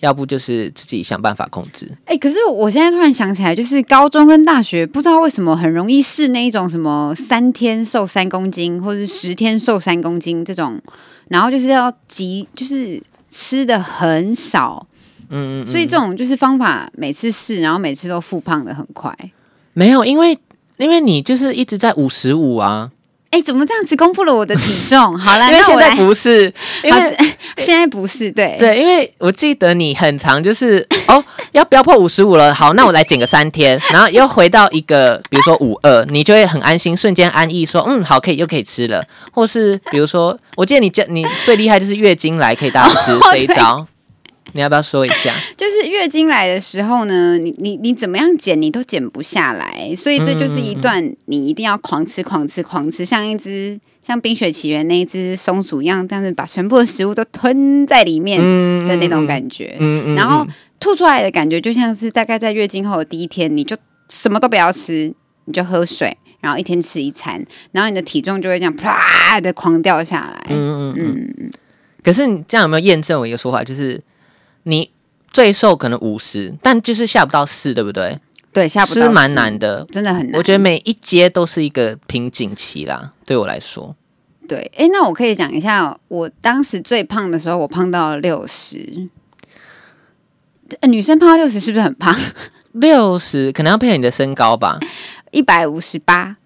S5: 要不就是自己想办法控制。
S2: 哎、可是我现在突然想起来，就是高中跟大学，不知道为什么很容易是那一种什么三天瘦三公斤，或者是十天瘦三公斤这种，然后就是要急，就是吃的很少，
S5: 嗯嗯嗯，
S2: 所以这种就是方法每次试，然后每次都复胖的很快。
S5: 没有，因为因为你就是一直在五十五啊，
S2: 哎、怎么这样子公布了我的体重？ 好啦，
S5: 因为
S2: 啊那
S5: 现
S2: 我来
S5: 在，不是，因
S2: 好
S5: 为
S2: 现在不是对，
S5: 对，因为我记得你很长就是 哦，要不要破五十五了？好，那我来减个三天，然后又回到一个，比如说五二，你就会很安心，瞬间安逸，说嗯，好，可以又可以吃了。或是比如说，我记得你这你最厉害就是月经来可以大家吃
S2: 哦
S5: 这一招， 你要不要说一下？
S2: 就是月经来的时候呢，你你你怎么样减你都减不下来，所以这就是一段你一定要狂吃狂吃狂吃，像一只像《冰雪奇缘》那一只松鼠一样，但是把全部的食物都吞在里面的那种感觉。
S5: 嗯嗯，
S2: 然后吐出来的感觉就像是大概在月经后的第一天，你就什么都不要吃，你就喝水，然后一天吃一餐，然后你的体重就会这样啪的狂掉下来。
S5: 嗯嗯嗯。可是你这样有没有验证我一个说法，就是你最瘦可能五十，但就是下不到四，对不对？
S2: 对，下不到
S5: 是蛮
S2: 四
S5: 难，的。
S2: 真的很难。
S5: 我觉得每一阶都是一个瓶颈期啦，对我来说。
S2: 对，哎，那我可以讲一下，我当时最胖的时候，我胖到六十。呃女生胖到六十是不是很胖？
S5: 六十可能要配合你的身 高吧，
S2: 一百五十八，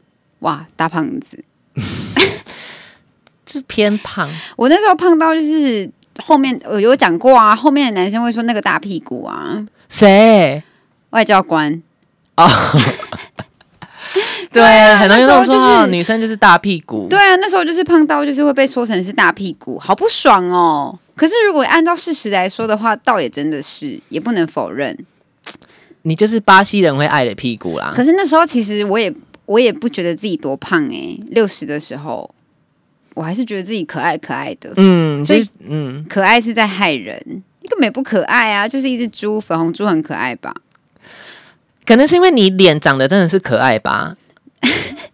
S2: 哇，大胖子！
S5: 是偏胖。
S2: 我那时候胖到就是后面我有讲过啊，后面的男生会说那个大屁股啊，
S5: 谁？
S2: 外教官。
S5: 哦，对
S2: 啊
S5: 很容易
S2: 那时候
S5: 弄错啊。
S2: 就是
S5: 女生就是大屁股，
S2: 对啊，那时候就是胖到就是会被说成是大屁股，好不爽哦。可是如果按照事实来说的话，倒也真的是，也不能否认。
S5: 你就是巴西人会爱的屁股啦
S2: 可。是那时候其实我也我也不觉得自己多胖哎、六十的时候，我还是觉得自己可爱可爱的。
S5: 嗯，
S2: 所
S5: 就
S2: 以
S5: 是嗯，
S2: 可爱是在害人，根本也不可爱啊，就是一只猪，粉红猪很可爱吧？
S5: 可能是因为你脸长得真的是可爱 吧，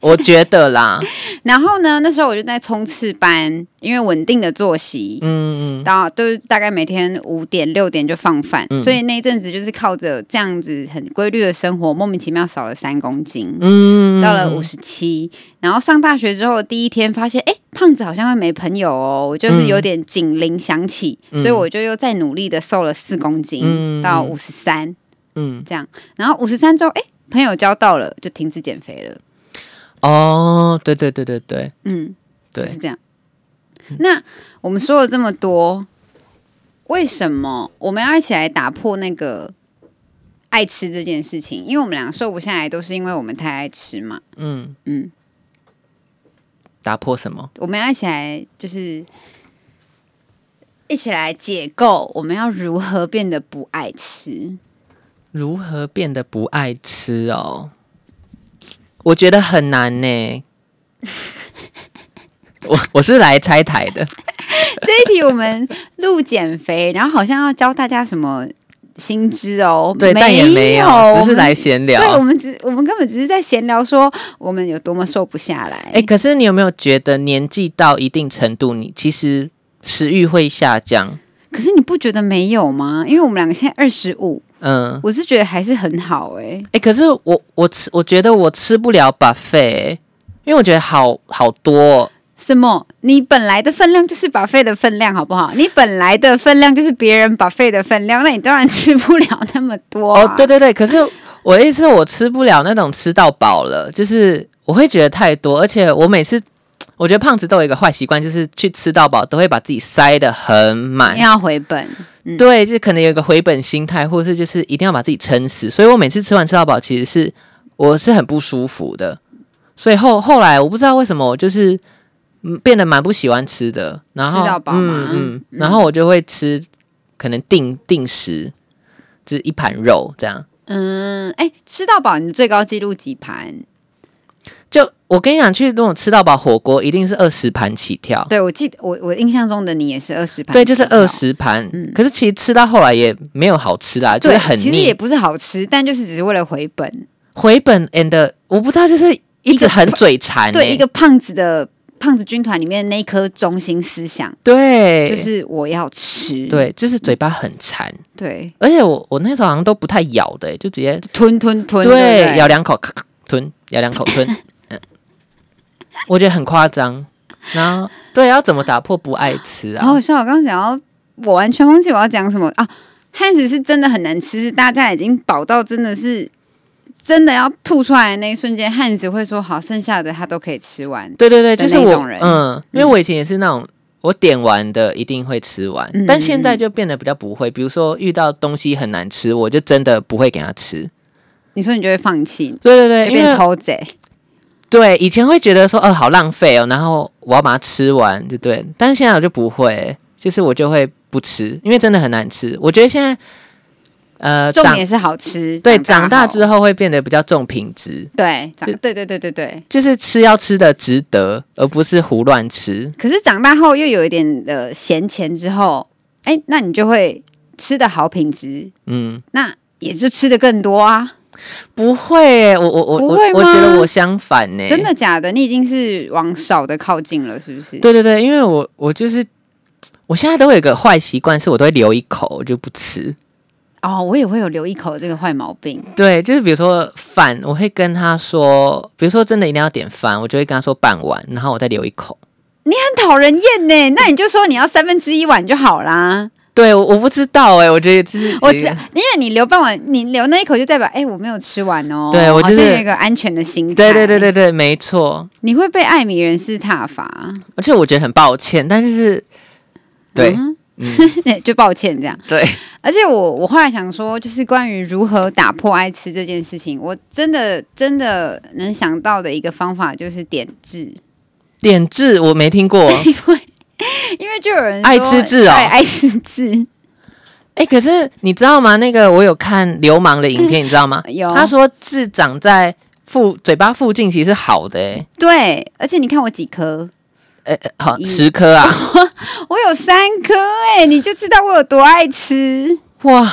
S5: 我觉得啦，
S2: 然后呢，那时候我就在冲刺班，因为稳定的作息，
S5: 嗯嗯，
S2: 到都是大概每天五点六点就放饭，
S5: 嗯
S2: 所以那一阵子就是靠着这样子很规律的生活，莫名其妙少了三公斤，
S5: 嗯
S2: 到了五十七。然后上大学之后第一天发现，哎，胖子好像会没朋友哦，我就是有点警铃响起，
S5: 嗯
S2: 所以我就又再努力的瘦了四公斤，
S5: 嗯
S2: 到五十三
S5: 嗯
S2: 这样。然后五十三之后，哎，朋友交到了，就停止减肥了。
S5: 哦，对对对对对
S2: 嗯，
S5: 对
S2: 就是这样。那我们说了这么多，为什么我们要一起来打破那个爱吃这件事情？因为我们俩瘦不下来，都是因为我们太爱吃嘛。
S5: 嗯
S2: 嗯
S5: 嗯，打破什么？
S2: 我们要一起来，就是一起来解构，我们要如何变得不爱吃？
S5: 如何变得不爱吃哦？我觉得很难呢。 我我是来拆台的，
S2: 这一题我们录减肥，然后好像要教大家什么新知哦，
S5: 对，但也没有，只
S2: 我
S5: 是
S2: 们
S5: 来闲聊。
S2: 对，我们只我们根本只是在闲聊，说我们有多么瘦不下来。
S5: 哎、可是你有没有觉得年纪到一定程度，你其实食欲会下降？
S2: 可是你不觉得没有吗？因为我们两个现在二十五，
S5: 嗯，
S2: 我是觉得还是很好哎、
S5: 哎、可是我我吃，我觉得我吃不了 buffet，欸因为我觉得好好多哦、
S2: 什么？你本来的分量就是把肺的分量，好不好？你本来的分量就是别人把肺的分量，那你当然吃不了那么多、啊
S5: 哦，对，对对，可是我的意思，我吃不了那种吃到饱了，就是我会觉得太多，而且我每次。我觉得胖子都有一个坏习惯，就是去吃到饱都会把自己塞得很满，
S2: 要回本。
S5: 对，就可能有一个回本心态，或是就是一定要把自己撑死。所以我每次吃完吃到饱，其实是我是很不舒服的。所以后后来我不知道为什么，我就是嗯变得蛮不喜欢吃的，然后
S2: 吃到饱嘛
S5: 嗯嗯，然后我就会吃可能定定时，就是一盘肉这样。
S2: 嗯，哎，吃到饱，你最高纪录几盘？
S5: 就我跟你讲，去那种吃到饱火锅，一定是二十盘起跳。
S2: 对，我记得我我印象中的你也是二十盘，
S5: 哦对，就是二。十盘，
S2: 嗯
S5: 可是其实吃到后来也没有好吃啦，就
S2: 对
S5: 是，很
S2: 其实也
S5: 腻。
S2: 不是好吃，但就是只是为了回本。
S5: 回本 and 我不知道，就是一直
S2: 个
S5: 很嘴馋欸、
S2: 对一个胖子的胖子军团里面那一颗中心思想
S5: 对，
S2: 就是我要吃，
S5: 对，就是嘴巴很馋，
S2: 对，
S5: 而且我我那时候好像都不太咬的、欸就直接
S2: 吞吞吞，
S5: 对
S2: 对不对
S5: 咬两口咔咔吞，咬两口吞，嗯我觉得很夸张。然后对，要怎么打破不爱吃
S2: 然后
S5: 啊
S2: 哦我？像我刚刚讲到，我完全忘记我要讲什么啊。汉子是真的很难吃，是大家已经饱到真的是真的要吐出来的那一瞬间，汉子会说好，剩下的他都可以吃完。
S5: 对对对，
S2: 的
S5: 就是
S2: 那
S5: 我
S2: 种人
S5: 嗯，因为我以前也是那种。我点完的一定会吃完，
S2: 嗯
S5: 但现在就变得比较不会。比如说遇到东西很难吃，我就真的不会给他吃。
S2: 你说你就会放弃，
S5: 对对
S2: 就
S5: 对，因
S2: 变
S5: 为
S2: 偷贼。
S5: 对以前会觉得说，呃，好浪费哦，然后我要把它吃完，对不对？但是现在我就不会，就是我就会不吃，因为真的很难吃。我觉得现在，呃，
S2: 重
S5: 长
S2: 点是好吃，
S5: 对长大之
S2: 后，
S5: 后会变得比较重品质，
S2: 对长
S5: 就
S2: 对对对对对。
S5: 就是吃要吃的值得，而不是胡乱吃。
S2: 可是长大后又有一点的闲钱之后，哎，那你就会吃的好品质，
S5: 嗯，
S2: 那也就吃的更多啊。
S5: 不会耶，我我我
S2: 不
S5: 我
S2: 会
S5: 我
S2: 吗
S5: 觉得我相反欸呢，
S2: 真的假的？你已经是往少的靠近了，是不是？
S5: 对对对，因为我我就是。我现在都会有一个坏习惯，是我都会留一口，我就不吃。
S2: 哦，我也会有留一口这个坏毛病。
S5: 对，就是比如说饭，我会跟他说，比如说真的一定要点饭，我就会跟他说半碗，然后我再留一口。
S2: 你很讨人厌呢，那你就说你要三分之一碗就好啦。
S5: 对，我我不知道哎、我觉得就是
S2: 我只因为你留半碗，你留那一口就代表哎、我没有吃完哦。
S5: 对我就是
S2: 好像有一个安全的心态。
S5: 对对对对，对，没错。
S2: 你会被艾米人士挞伐。
S5: 而且我觉得很抱歉，但就是对、
S2: 嗯 就抱歉这样。
S5: 对，
S2: 而且我我后来想说，就是关于如何打破爱吃这件事情，我真的真的能想到的一个方法就是点痣，
S5: 点痣我没听过，
S2: 因为就有人说
S5: 爱吃痣
S2: 对，
S5: 哦
S2: 爱吃痣，
S5: 哎、可是你知道吗？那个我有看流氓的影片，你知道吗？
S2: 有
S5: 他说痣长在附嘴巴附近其实是好的、欸，
S2: 对，而且你看我几颗，
S5: 呃，好
S2: 咦
S5: 十颗啊，
S2: 我有三颗哎、你就知道我有多爱吃，
S5: 哇，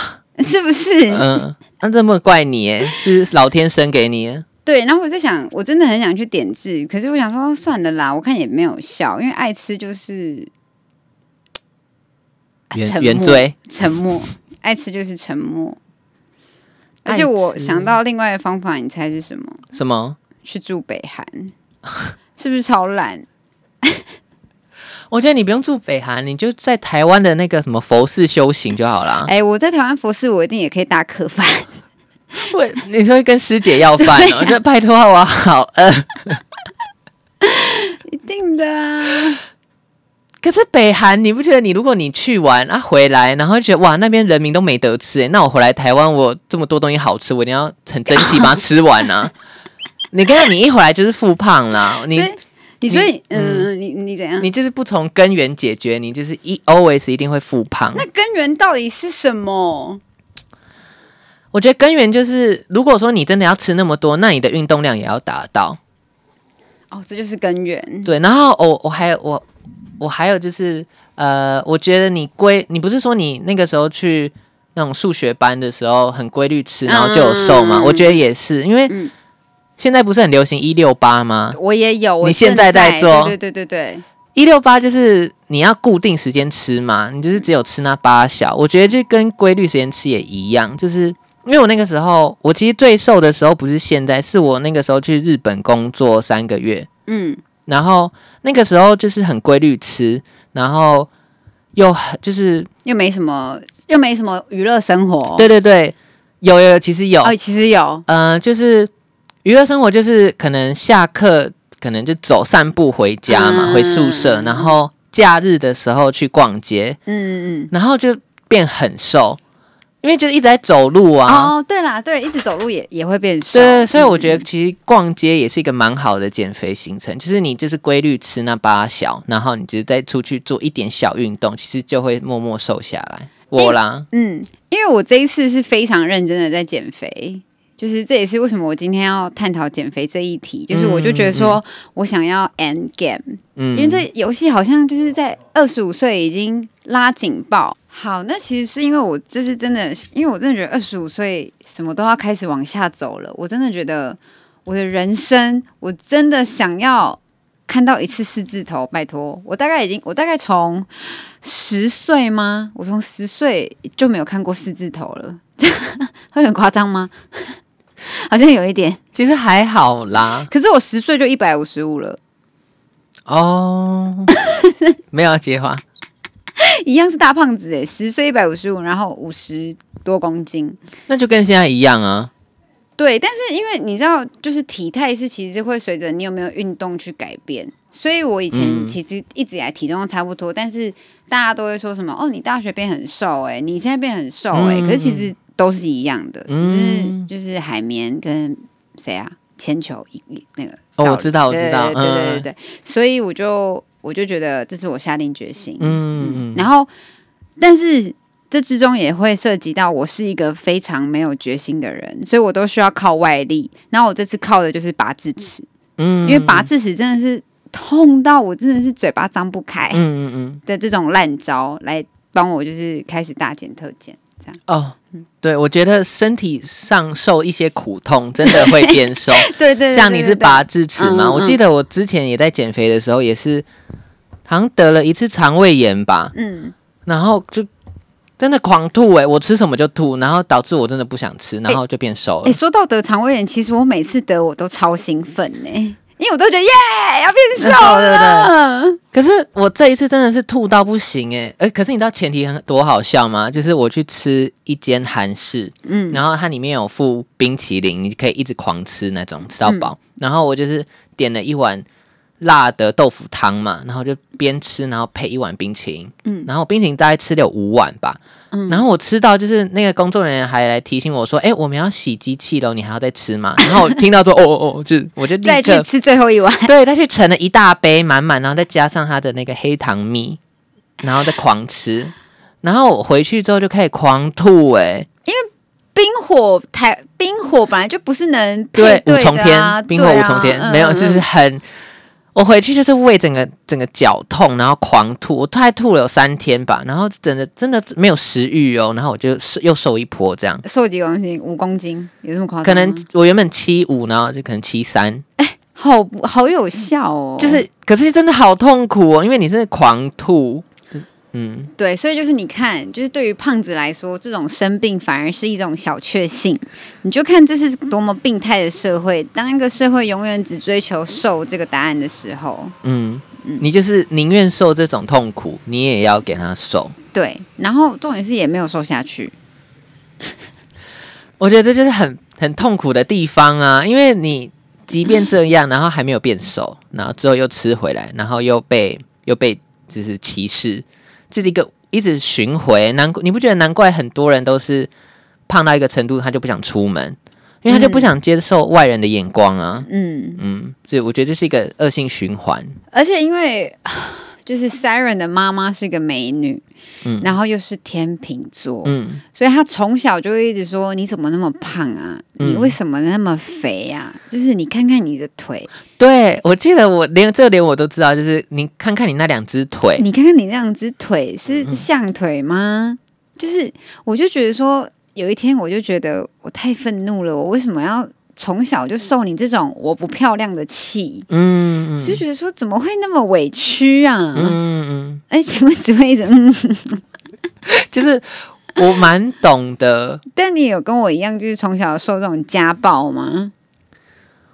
S2: 是不是？
S5: 嗯，那这么怪你、欸，是老天生给你、欸，
S2: 对，然后我在想，我真的很想去点痣，可是我想说算了啦，我看也没有效，因为爱吃就是啊
S5: 原
S2: 沉
S5: 原
S2: 默
S5: 罪，
S2: 沉 默，爱吃就是沉默。而
S5: 爱
S2: 且我
S5: 吃
S2: 想到另外一个方法，你猜是什么？
S5: 什么？
S2: 去住北韩，是不是超懒？
S5: 我觉得你不用住北韩，你就在台湾的那个什么佛寺修行就好啦。
S2: 哎、我在台湾佛寺，我一定也可以打可饭。
S5: 我你说跟师姐要饭哦、就拜托我好饿。
S2: 一定的啊，
S5: 可是北韩，你不觉得你如果你去玩啊回来，然后觉得哇那边人民都没得吃、欸，那我回来台湾我这么多东西好吃，我一定要很珍惜 把它吃完啊。你跟你一回来就是复胖啦，你
S2: 所以你所以嗯，你你怎样？
S5: 你就是不从根源解决，你就是一 always 一定会复胖。
S2: 那根源到底是什么？
S5: 我觉得根源就是，如果说你真的要吃那么多，那你的运动量也要达到。
S2: 哦，这就是根源。
S5: 对，然后我我还有我我还有就是呃，我觉得你规你不是说你那个时候去那种数学班的时候很规律吃，然后就有瘦吗？
S2: 嗯
S5: 我觉得也是，因为
S2: 嗯
S5: 现在不是很流行一六八吗？
S2: 我也有，我
S5: 你现
S2: 正
S5: 在在做
S2: 对对对对对。
S5: 一六八就是你要固定时间吃嘛，你就是只有吃那八小。我觉得就跟规律时间吃也一样，就是因为我那个时候，我其实最瘦的时候不是现在，是我那个时候去日本工作三个月，
S2: 嗯，
S5: 然后那个时候就是很规律吃，然后又很就是
S2: 又没什么，又没什么娱乐生活。
S5: 对对对，有有有，其实有，
S2: 哦，其实有，
S5: 呃，就是娱乐生活就是可能下课可能就走散步回家嘛，
S2: 嗯
S5: 回宿舍，然后假日的时候去逛街，
S2: 嗯嗯
S5: 然后就变很瘦，因为就是一直在走路
S2: 嗯。
S5: 啊。
S2: 哦，对啦，对，一直走路也也会变瘦。
S5: 对，所以我
S2: 嗯
S5: 觉得其实逛街也是一个蛮好的减肥行程，就是你就是规律吃那八小，然后你就是再出去做一点小运动，其实就会默默瘦下来。我啦，
S2: 嗯，因为我这一次是非常认真的在减肥，就是这也是为什么我今天要探讨减肥这一题，就是我就觉得说我想要 end game，、
S5: 嗯，
S2: 因为这游戏好像就是在二十五岁已经拉警报。好，那其实是因为我就是真的，因为我真的觉得二十五岁什么都要开始往下走了，我真的觉得我的人生，我真的想要看到一次四字头，拜托，我大概已经，我大概从十岁吗？我从十岁就没有看过四字头了， 会很夸张吗？ 好像有一点，
S5: 其实还好啦。
S2: 可是我十岁就一百五十五了，
S5: 哦，没有要啊接话，
S2: 一样是大胖子诶，十岁一百五十五，然后五十多公斤。
S5: 那就跟现在一样啊。
S2: 对，但是因为你知道，就是体态是其实会随着你有没有运动去改变，所以我以前
S5: 嗯
S2: 其实一直以来体重都差不多，但是大家都会说什么哦，你大学变很瘦诶，你现在变很瘦诶，
S5: 嗯
S2: 可是其实都是一样的，
S5: 嗯
S2: 只是就是海绵跟谁啊铅球一一那个
S5: 哦，
S2: 道
S5: 我
S2: 理
S5: 知道，我
S2: 对
S5: 知道，
S2: 对对对对
S5: 嗯
S2: 对，所以我就我就觉得这是我下定决心，
S5: 嗯嗯，
S2: 然后，但是这之中也会涉及到我是一个非常没有决心的人，所以我都需要靠外力。然后我这次靠的就是拔智齿，
S5: 嗯
S2: 因为拔智齿真的是痛到我真的是嘴巴张不开
S5: 嗯嗯嗯，
S2: 的这种烂招，来帮我就是开始大减特减。
S5: 哦，对，我觉得身体上受一些苦痛，真的会变 瘦。
S2: 对对对，
S5: 像你是拔智齿
S2: 嗯
S5: 嘛？
S2: 嗯
S5: 我记得我之前也在减肥的时候，也是好像得了一次肠胃炎吧，
S2: 嗯，
S5: 然后就真的狂吐哎、我吃什么就吐，然后导致我真的不想吃，然后就变瘦
S2: 哎、
S5: 了。
S2: 说到得肠胃炎，其实我每次得我都超兴奋呢、因为我都觉得耶要变瘦
S5: 对对
S2: 了。
S5: 可是我这一次真的是吐到不行哎、欸，呃，可是你知道前提很多好笑吗？就是我去吃一间韩式，嗯，然后它里面有嗯附冰淇淋，你可以一直狂吃那种，吃到饱。然后我就是点了一碗辣的豆腐汤嘛，然后就边吃，然后配一碗冰淇淋，嗯，然后冰淇淋大概吃了有五碗吧，嗯，然后我吃到就是那个工作人员还来提醒我说，哎、我们要洗机器了，你还要再吃吗？然后我听到说，哦哦哦，就我就立
S2: 再去
S5: 刻
S2: 吃最后一碗，
S5: 对，再去盛了一大杯满满，然后再加上他的那个黑糖蜜，然后再狂吃，然后我回去之后就开始狂吐、哎，
S2: 冰火台冰火本来就不是能配
S5: 对，
S2: 对
S5: 五重
S2: 的啊
S5: 天，冰火
S2: 对
S5: 五
S2: 啊
S5: 重天，
S2: 嗯
S5: 没有，
S2: 嗯
S5: 就是很。我回去就是胃整个整个绞痛，然后狂吐，我大概吐了有三天吧，然后真的真的没有食欲哦，然后我就瘦又瘦一波这样，
S2: 瘦几公斤？五公斤有这么夸张吗？
S5: 可能我原本七五，然后就可能七三，
S2: 好好有效哦，
S5: 就是可是真的好痛苦哦，因为你真的狂吐，嗯，
S2: 对，所以就是你看，就是对于胖子来说，这种生病反而是一种小确幸。你就看这是多么病态的社会。当一个社会永远只追求瘦这个答案的时候，
S5: 嗯，你就是宁愿受这种痛苦，你也要给他受。
S2: 对，然后重点是也没有瘦下去。
S5: 我觉得这就是很很痛苦的地方啊，因为你即便这样，然后还没有变瘦，然后之后又吃回来，然后又被又被就是歧视，这是一个一直巡回。难怪你不觉得难怪很多人都是胖到一个程度，他就不想出门，因为他就不想接受外人的眼光啊。
S2: 嗯，
S5: 嗯，所以我觉得这是一个恶性循环。
S2: 而且因为啊就是 Siren 的妈妈是个美女，
S5: 嗯
S2: 然后又是天秤座，
S5: 嗯，
S2: 所以她从小就会一直说：“你怎么那么胖啊？
S5: 嗯
S2: 你为什么那么肥啊？就是你看看你的腿，
S5: 对，我记得我连这连我都知道，就是你看看你那两只腿，
S2: 你看看你那两只腿
S5: 嗯
S2: 是象腿吗？就是，我就觉得说，有一天我就觉得我太愤怒了，我为什么要从小就受你这种我不漂亮的气？
S5: 嗯嗯
S2: 就觉得说怎么会那么委屈啊？
S5: 嗯嗯
S2: 哎、请问只会一直嗯，
S5: 嗯，就是我蛮懂得，
S2: 但你有跟我一样，就是从小受这种家暴吗？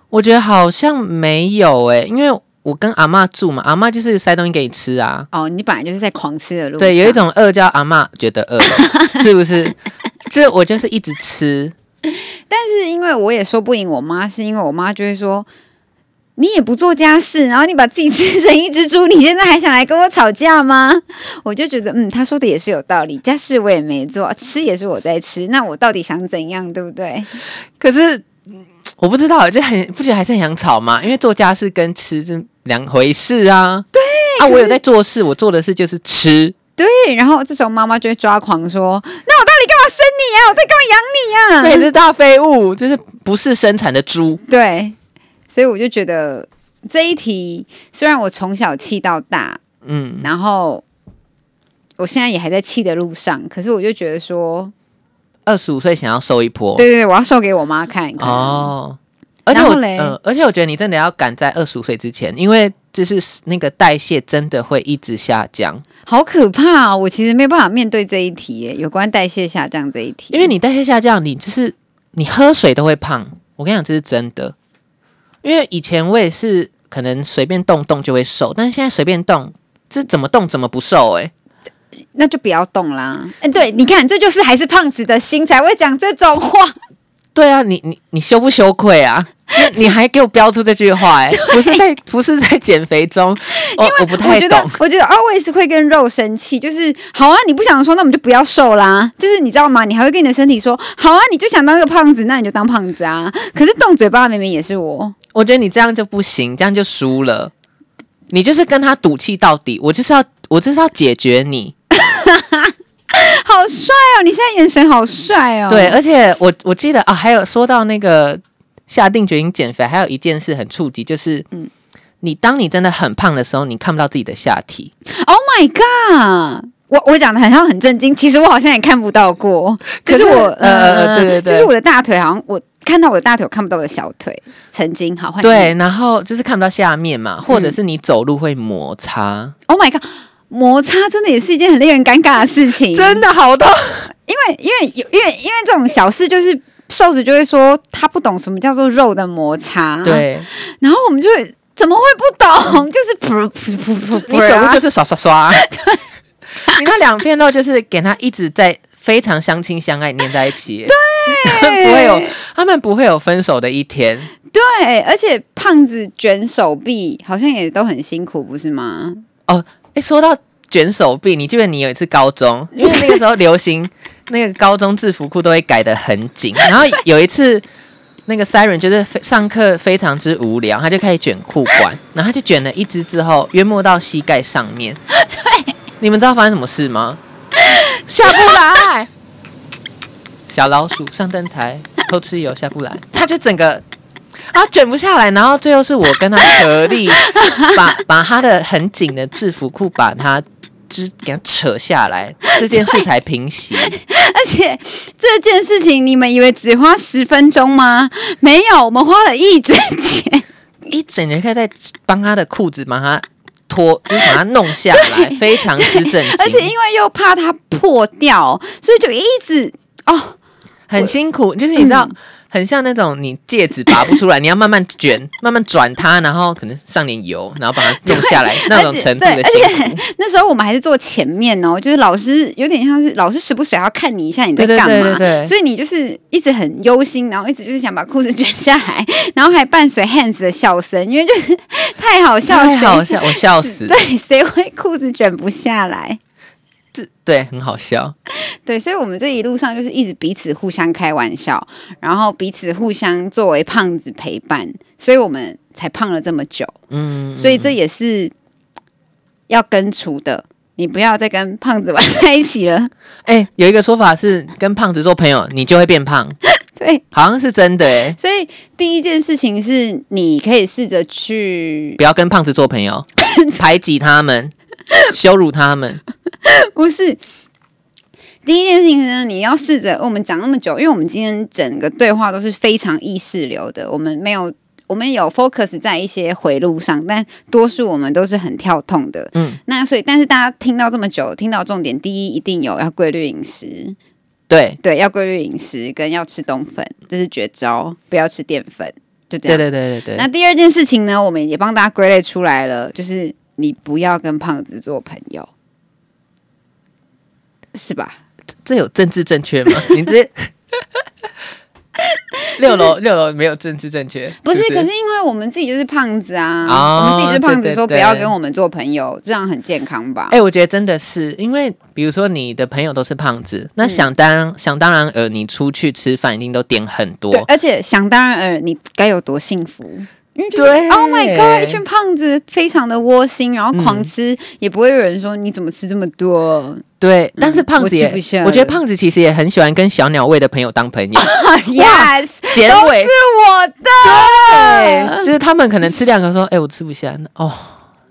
S5: 我觉得好像没有诶、因为我跟阿嬷住嘛，阿嬷就是塞东西给你吃啊。
S2: 哦，你本来就是在狂吃的路上，
S5: 对，有一种饿叫阿嬷觉 得饿了，是不是？这我就是一直吃，
S2: 是因为我也说不赢我妈，是因为我妈就会说。你也不做家事，然后你把自己吃成一只猪，你现在还想来跟我吵架吗？ 我就觉得，嗯，她说的也是有道理，家事我也没做，吃也是我在吃，那我到底想怎样，对不对？
S5: 可是嗯我不知道，就很不觉得还是很想吵嘛，因为做家事跟吃是两回事啊。对啊，我有在做事，我做的事就是吃。
S2: 对，然后这时候妈妈就会抓狂说：“那我到底干嘛生你啊呀、我在干嘛
S5: 对，
S2: 养
S5: 这
S2: 你呀、啊
S5: 是大废物，就是不是生产的猪。
S2: 对，所以我就觉得这一题虽然我从小气到大，
S5: 嗯，
S2: 然后我现在也还在气的路上，可是我就觉得说，
S5: 二十五岁想要瘦一波。
S2: 对对对，我要秀给我妈看一看。
S5: 哦，而且我
S2: 然后嘞
S5: 呃，而且我觉得你真的要赶在二十五岁之前，因为就是那个代谢真的会一直下降，
S2: 好可怕、哦！我其实没有办法面对这一题耶，有关代谢下降这一题，
S5: 因为你代谢下降，你就是你喝水都会胖。我跟你讲，这是真的，因为以前我也是可能随便动动就会瘦，但是现在随便动，这怎么动怎么不瘦哎、
S2: 那就不要动啦。哎，对，你看，这就是还是胖子的心才会讲这种话。
S5: 对啊，你你你羞不羞愧啊？那 你还给我标出这句话 哎、不是在不是在减肥中，我我不
S2: 我
S5: 太
S2: 觉得
S5: 懂。，
S2: 我觉得 always 会跟肉生气，就是好啊，你不想说，那我们就不要瘦啦。就是你知道吗？你还会跟你的身体说，好啊，你就想当个胖子，那你就当胖子啊。可是动嘴巴的明明也是我，
S5: 我觉得你这样就不行，这样就输了。你就是跟他赌气到底，我就是要，我就是要解决你。
S2: 好帅哦！你现在眼神好帅哦。
S5: 对，，而且我我记得啊，还有说到那个下定决心减肥，还有一件事很触及，就是你当你真的很胖的时候，你看不到自己的下体，
S2: Oh my god！我我讲的好像很震惊，其实我好像也看不到过，
S5: 可
S2: 就是是我
S5: 呃对对对
S2: 就是我的大腿好像我看到我的大腿，我看不到我的小腿，曾经好换你
S5: 对，然后就是看不到下面嘛，或者是你走路会摩擦，
S2: ，Oh my god！摩擦真的也是一件很令人尴尬的事情，
S5: 真的好痛。
S2: 因为因为有因为因为这种小事就是。瘦子就会说他不懂什么叫做肉的摩擦，，
S5: 对，
S2: 然后我们就会怎么会不懂？ 就是噗噗噗噗噗，
S5: 你走路就是刷刷刷，啊 你那两片肉就是给它一直在非常相亲相爱粘在 一起，对，不会有他们不会有分手的一天，
S2: 对，而且胖子卷手臂好像也都很辛苦，不是吗？
S5: 哎，说到卷手臂，你记得你有一次高中， 因为那个时候流行 那个高中制服裤都会改得很紧，然后有一次。那个 Siren 就是非上课非常之无聊，他就开始卷裤 管，然后他就卷了一只之后，约莫到膝盖上面。对，你们知道发生什么事 吗？下不来，小老鼠上灯台偷吃油下不来，他就整个啊卷不下来，然后最后是我跟他合力把把他的很紧的制服裤把他。只给他扯下来，这件事才平息。
S2: 而且这件事情，你们以为只花十分钟吗？没有，我们花了一整 天。
S5: 一整节课在帮他的裤子把他脱，就是把他弄下来，非常之震
S2: 而且因
S5: 惊，
S2: 为又怕它破掉，所以就一直哦，
S5: 很辛苦。就是你知
S2: 嗯
S5: 道，很像那种你戒指拔不出来，你要慢慢卷、慢慢转它，然后可能上点油，然后把它弄下来，那种程度
S2: 对
S5: 的辛苦。
S2: 那时候我们还是坐前面哦，就是老师有点像是老师时不时还要看你一下你在
S5: 对对
S2: 干嘛，
S5: 对对对
S2: 所以你就是一直很忧心，然后一直就是想把裤子卷下来，然后还伴随 hands 的笑声，因为就是太好笑，
S5: 太好
S2: 谁
S5: 笑，我笑死。
S2: 对，谁会裤子卷不下来？
S5: 这对，很好笑。
S2: 对，所以我们这一路上就是一直彼此互相开玩笑，然后彼此互相作为胖子陪伴，所以我们才胖了这么久。
S5: 嗯，
S2: 所以这也是要根除的，你不要再跟胖子玩 在一起了。
S5: 哎、有一个说法是，跟胖子做朋友，你就会变胖，
S2: 对，
S5: 好像是真的哎、
S2: 所以第一件事情是你可以试着去，
S5: 不要跟胖子做 朋友，排挤他们，羞辱他们。
S2: 不是。第一件事情呢，你要试着我们讲那么久，因为我们今天整个对话都是非常意识流的，我们没有，我们有 focus 在一些回路上，但多数我们都是很跳痛的。
S5: 嗯，
S2: 那所以，但是大家听到这么久，听到重点，第一一定有要规律饮食，
S5: 对，
S2: 对，要规律饮食跟要吃冬粉，这是绝招，不要吃淀粉，就这
S5: 对
S2: 样。
S5: 对对对
S2: 那
S5: 对，
S2: 第二件事情呢，我们也帮大家归类出来了，就是你不要跟胖子做朋友，是吧？
S5: 这有政治正 确吗？你直接六楼六楼没有政治正确，
S2: 不是，
S5: 是
S2: 可是因为我们自己就是胖子啊，我
S5: 哦
S2: 们自己就是胖子，
S5: 对对
S2: 说不要
S5: 对
S2: 跟我们做朋友，这样很健康吧？
S5: 哎、我觉得真的是，因为比如说你的朋友都是胖子，
S2: 嗯
S5: 那想当、想当然而你出去吃饭一定都点很多
S2: 对，，而且想当然尔，你该有多幸福。因为就是
S5: 对
S2: Oh my God，一群胖子非常的窝心，然后狂
S5: 嗯
S2: 吃，也不会有人说你怎么吃这么多，
S5: 对，但是胖子
S2: 嗯
S5: 也
S2: 我吃不下，了
S5: 我觉得胖子其实也很喜欢跟小鸟胃的朋友 当朋友，
S2: Yes，
S5: 结
S2: 都
S5: 尾
S2: 是我的。
S5: 就是他们可能吃两个说，哎、我吃不下，那哦，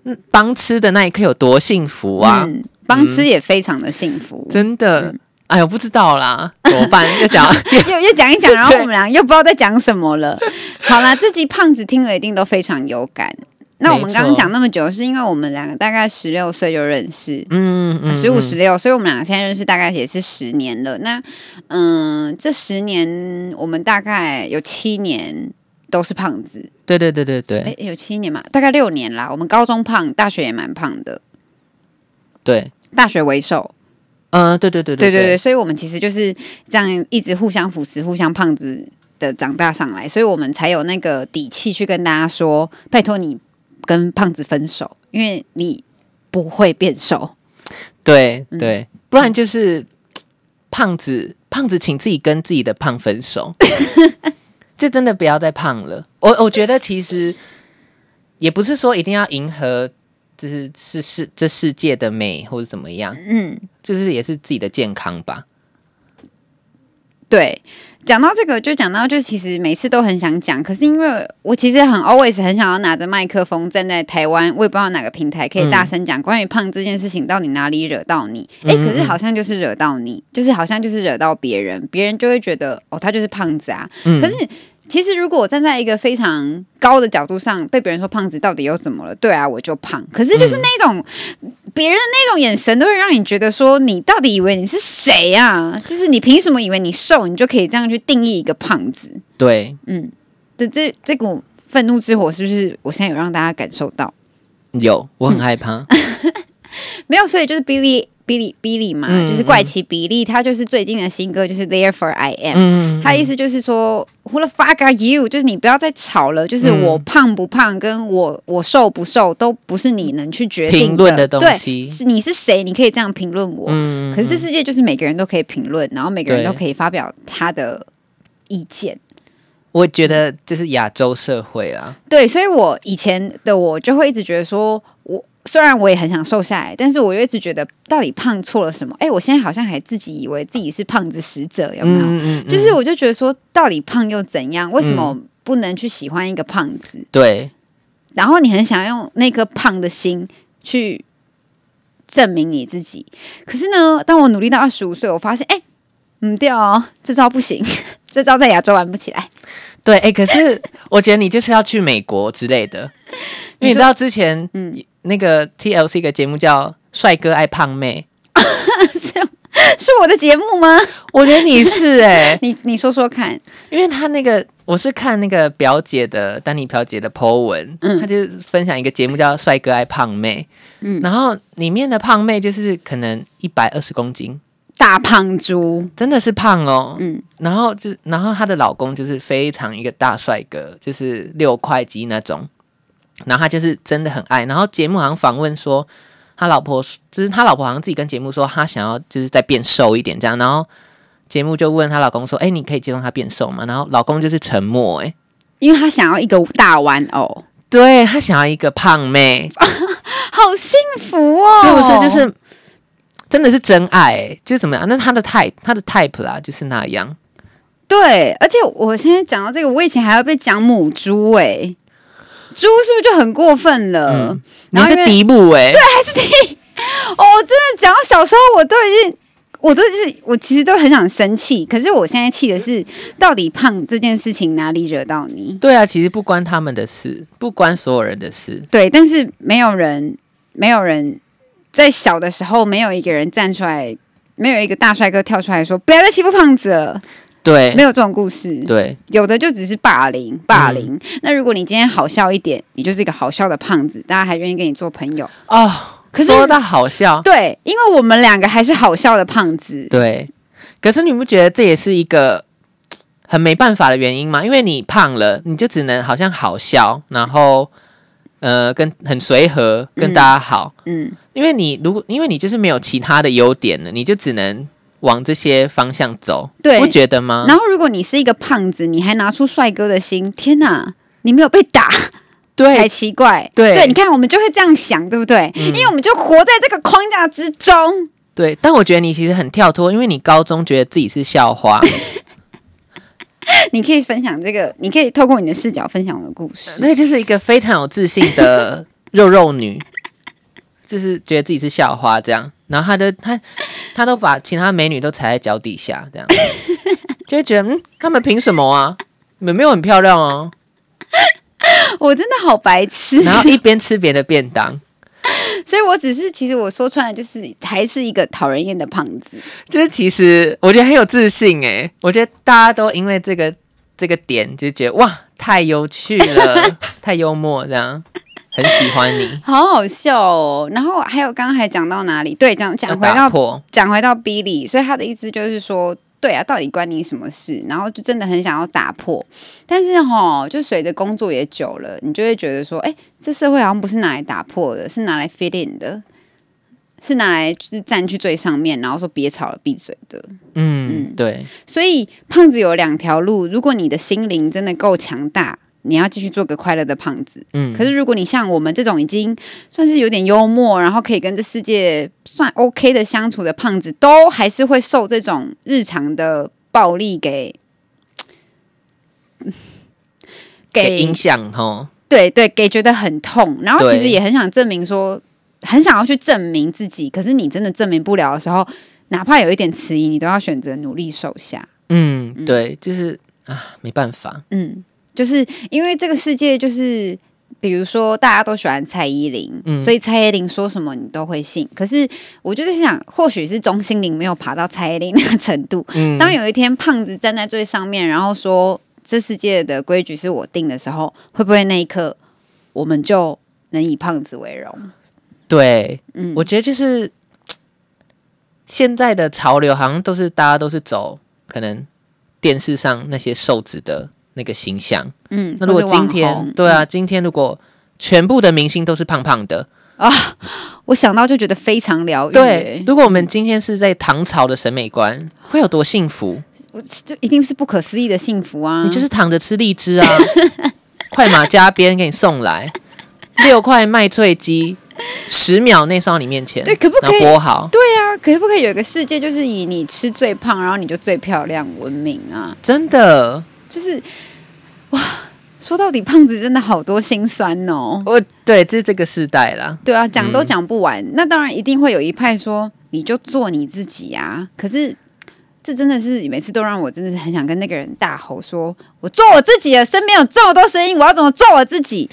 S5: 嗯帮吃的那一刻有多幸福啊，
S2: 嗯，帮吃也非常的幸福。
S5: 真的，哎呀，我不知道 啦，怎么办？又讲嗯
S2: 又又讲一 讲，然后我们俩又不知道在讲什么了。好啦，这集胖子听了一定都非常有感。那我们
S5: 没错
S2: 刚刚讲那么久，是因为我们两个大概十六岁就认识，
S5: 嗯嗯，
S2: 十五
S5: 嗯
S2: 十六，所以我们两个现在认识大概也是十年了。那嗯，这十年我们大概有七年都是胖子，
S5: 对对对对对
S2: 诶，有七年嘛，大概六年啦。我们高中胖，大学也蛮胖的，
S5: 对，
S2: 大学为首。
S5: 嗯，对对对
S2: 对对
S5: 对
S2: 对，，所以我们其实就是这样一直互相扶持、互相胖子的长大上来，所以我们才有那个底气去跟大家说：拜托你跟胖子分手，因为你不会变瘦。
S5: 对
S2: 嗯
S5: 对，不然就是胖子，胖子，请自己跟自己的胖 分手，就真的不要再胖了。我我觉得其实也不是说一定要迎合，就是是世这世界的美或者怎么样，
S2: 嗯，
S5: 就是也是自己的健康吧。
S2: 对。讲到这个，就讲到就其实每次都很想讲，可是因为我其实很 always 很想要拿着麦克风站在台湾，我也不知道哪个平台可以大声讲关于胖这件事情到底哪里惹到你。诶，可是好像就是惹到你，就是好像就是惹到别人，别人就会觉得哦，他就是胖子啊，
S5: 嗯
S2: 可是其实如果我站在一个非常高的角度上，被别人说胖子到底又怎么了？对啊，我就胖。可是就是那种、别人的那种眼神，都会让你觉得说，你到底以为你是谁啊？就是你凭什么以为你瘦，你就可以这样去定义一个胖子？
S5: 对，
S2: 嗯，这这这股愤怒之火是不是我现在有让大家感受到？
S5: 有我很害怕，
S2: 没有，所以就是 Billy 比利比利嘛，
S5: 嗯
S2: 就是怪奇比利，他就是最近的新歌就是 Therefore I Am，、
S5: 嗯，
S2: 他的意思就是说，Who the fuck are you？就是你不要再吵了，就是
S5: 嗯
S2: 我胖不胖，跟我我瘦不瘦，都不是你能去决定
S5: 评论的东西
S2: 对，是你是谁，你可以这样评论我。
S5: 嗯
S2: 可是这世界就是每个人都可以评论，然后每个人
S5: 对
S2: 都可以发表他的意见。
S5: 我觉得就是亚洲社会啊，
S2: 对，所以我以前的我就会一直觉得说，我虽然我也很想瘦下来，但是我就一直觉得到底胖错了什么？哎，我现在好像还自己以为自己是胖子使者，有没有？
S5: 嗯
S2: 就是我就觉得说，到底胖又怎样？为什么不能去喜欢一个胖子？
S5: 对
S2: 然后你很想用那颗胖的心去证明你自己。可是呢，当我努力到二十五岁，我发现，哎，嗯，对哦，这招不行， 这招在亚洲玩不起来。
S5: 对，哎、可是我觉得你就是要去美国之类 的，因为你知道之前嗯那个 TLC 一个节目叫《帅哥爱胖妹
S2: 是我的节目吗？》，
S5: 我觉得 你是哎、
S2: 你你说说看。
S5: 因为他那个我是看那个表姐的丹尼表姐的 po 文，她就分享一个节目叫《帅哥爱胖妹》，然后里面的胖妹就是可能一百二十公斤，
S2: 大胖猪，
S5: 真的是胖哦，
S2: 嗯
S5: 然后就然后她的老公就是非常一个大帅哥，就是六块肌那种，然后她就是真的很爱，然后节目好像访问说。他老婆就是他老婆，好像自己跟节目说，他想要就是再变瘦一点这样。然后节目就问她老公说：“哎、你可以接受他变瘦吗？”然后老公就是沉默、哎，
S2: 因为他想要一个大玩偶，
S5: 对他想要一个胖妹，
S2: 好幸福哦！
S5: 是不是？就是真的是真爱、哎就是怎么样？那他的 type，他的 type 啦，就是那样。
S2: 对，而且我现在讲到这个，我以前还要被讲母猪哎、猪是不是就很过分了？
S5: 你
S2: 然后因
S5: 是
S2: 为
S5: 迪布哎、
S2: 哦，真的讲到小时候，我都已经，我都是，我其实都很想生气，可是我现在气的是，到底胖这件事情哪里惹到你？
S5: 对啊，其实不关他们的事，不关所有人的事。
S2: 对，但是没有人，没有人在小的时候，没有一个人站出来，没有一个大帅哥跳出来说不要再欺负胖子了，
S5: 对，
S2: 没有这种故事。
S5: 哎对，嗯
S2: 有的就只是霸凌，霸凌。那如果你今天好笑一点，你就是一个好笑的胖子，大家还愿意跟你做朋友。
S5: 哦，
S2: 可是
S5: 说到好笑，
S2: 对，因为我们两个还是好笑的胖子。
S5: 对，可是你不觉得这也是一个很没办法的原因吗？因为你胖了，你就只能好像好笑，然后呃，跟很随和，跟大家好。
S2: 嗯，
S5: 因为你如果因为你就是没有其他的优点了，你就只能往这些方向走，
S2: 对
S5: 不觉得吗？
S2: 然后如果你是一个胖子，你还拿出帅哥的心，天哪！你没有被打才
S5: 对
S2: 奇怪，
S5: 对嗯
S2: 你看我们就会这样想，对不对？因为我们就活在这个框架之中，
S5: 对，但我觉得你其实很跳脱，因为你高中觉得自己是校花，
S2: 你可以分享这个，你可以透过你的视角分享我的故事。
S5: 那就是一个非常有自信 的肉肉女，就是觉得自己是校花这样。然后她都她她都把其他美女都踩在脚底下，这样就会觉得嗯，她们凭什么啊？你们没有很漂亮哦、
S2: 我真的好白痴，
S5: 然后一边吃别的便当，
S2: 所以我只是其实我说穿了就是还是一个讨人厌的胖子。
S5: 就是其实我觉得很有自信诶、欸我觉得大家都因为这个这个点就觉得哇，太有趣了， 太幽默，这样很喜欢你。
S2: 好好笑哦！然后还有刚刚还讲到哪里？对，讲
S5: 要
S2: 讲回
S5: 打
S2: 到
S5: 破，
S2: 讲回到 Billy，所以他的意思就是说，对啊，到底关你什么事？然后就真的很想要打破，但是哈、就随着工作也久了，你就会觉得说，哎，这社会好像不是拿来打破的，是拿来 fit in 的，是拿来就是占去最上面，然后说别吵了，闭嘴的。
S5: 嗯，对。
S2: 所以胖子有两条路，如果你的心灵真的够强大。你要继续做个快乐的胖子，
S5: 嗯
S2: 可是如果你像我们这种已经算是有点幽默，然后可以跟这世界算 OK 的相处的胖子，都还是会受这种日常的暴力给嗯
S5: 给影响吼，
S2: 对对给觉得很痛，然后其实
S5: 对
S2: 也很想证明说，很想要去证明自己，可是你真的证明不了的时候，哪怕有一点迟疑，你都要选择努力瘦下。
S5: 嗯，对，就是啊，没办法，
S2: 嗯，就是因为这个世界就是。比如说，大家都喜欢蔡依林，
S5: 嗯
S2: 所以蔡依林说什么你都会信。可是我就是想，或许是钟心凌没有爬到蔡依林那个程度。
S5: 嗯，
S2: 当有一天胖子站在最上面，然后说这世界的规矩是我定的时候，会不会那一刻我们就能以胖子为荣？
S5: 对，
S2: 嗯，
S5: 我觉得就是现在的潮流好像都是大家都是走可能电视上那些瘦子的那个形象。
S2: 嗯，
S5: 那如果
S2: 或者网
S5: 今天
S2: 红嗯
S5: 对啊，今天如果全部的明星都是胖胖的，
S2: 嗯我想到就觉得非常疗愈，欸
S5: 对，，如果我们今天是在唐朝的审美观，会有多幸福？
S2: 这一定是不可思议的幸福啊！
S5: 你就是躺着吃荔枝啊，快马加鞭给你送来，六块麦脆鸡，十秒内送到你面前，
S2: 对可不可以
S5: 然后剥好，
S2: 对啊，可不可以有一个世界，就是以你吃最胖，然后你就最漂亮闻名啊？
S5: 真的，
S2: 就是哇，说到底，胖子真的好多心酸哦。
S5: 我对，这是这个世代啦。
S2: 对啊，讲都讲不完。那当然一定会有一派说，你就做你自己啊。可是这真的是每次都让我真的是很想跟那个人大吼说，我做我自己了，身边有这么多声音，我要怎么做我自己？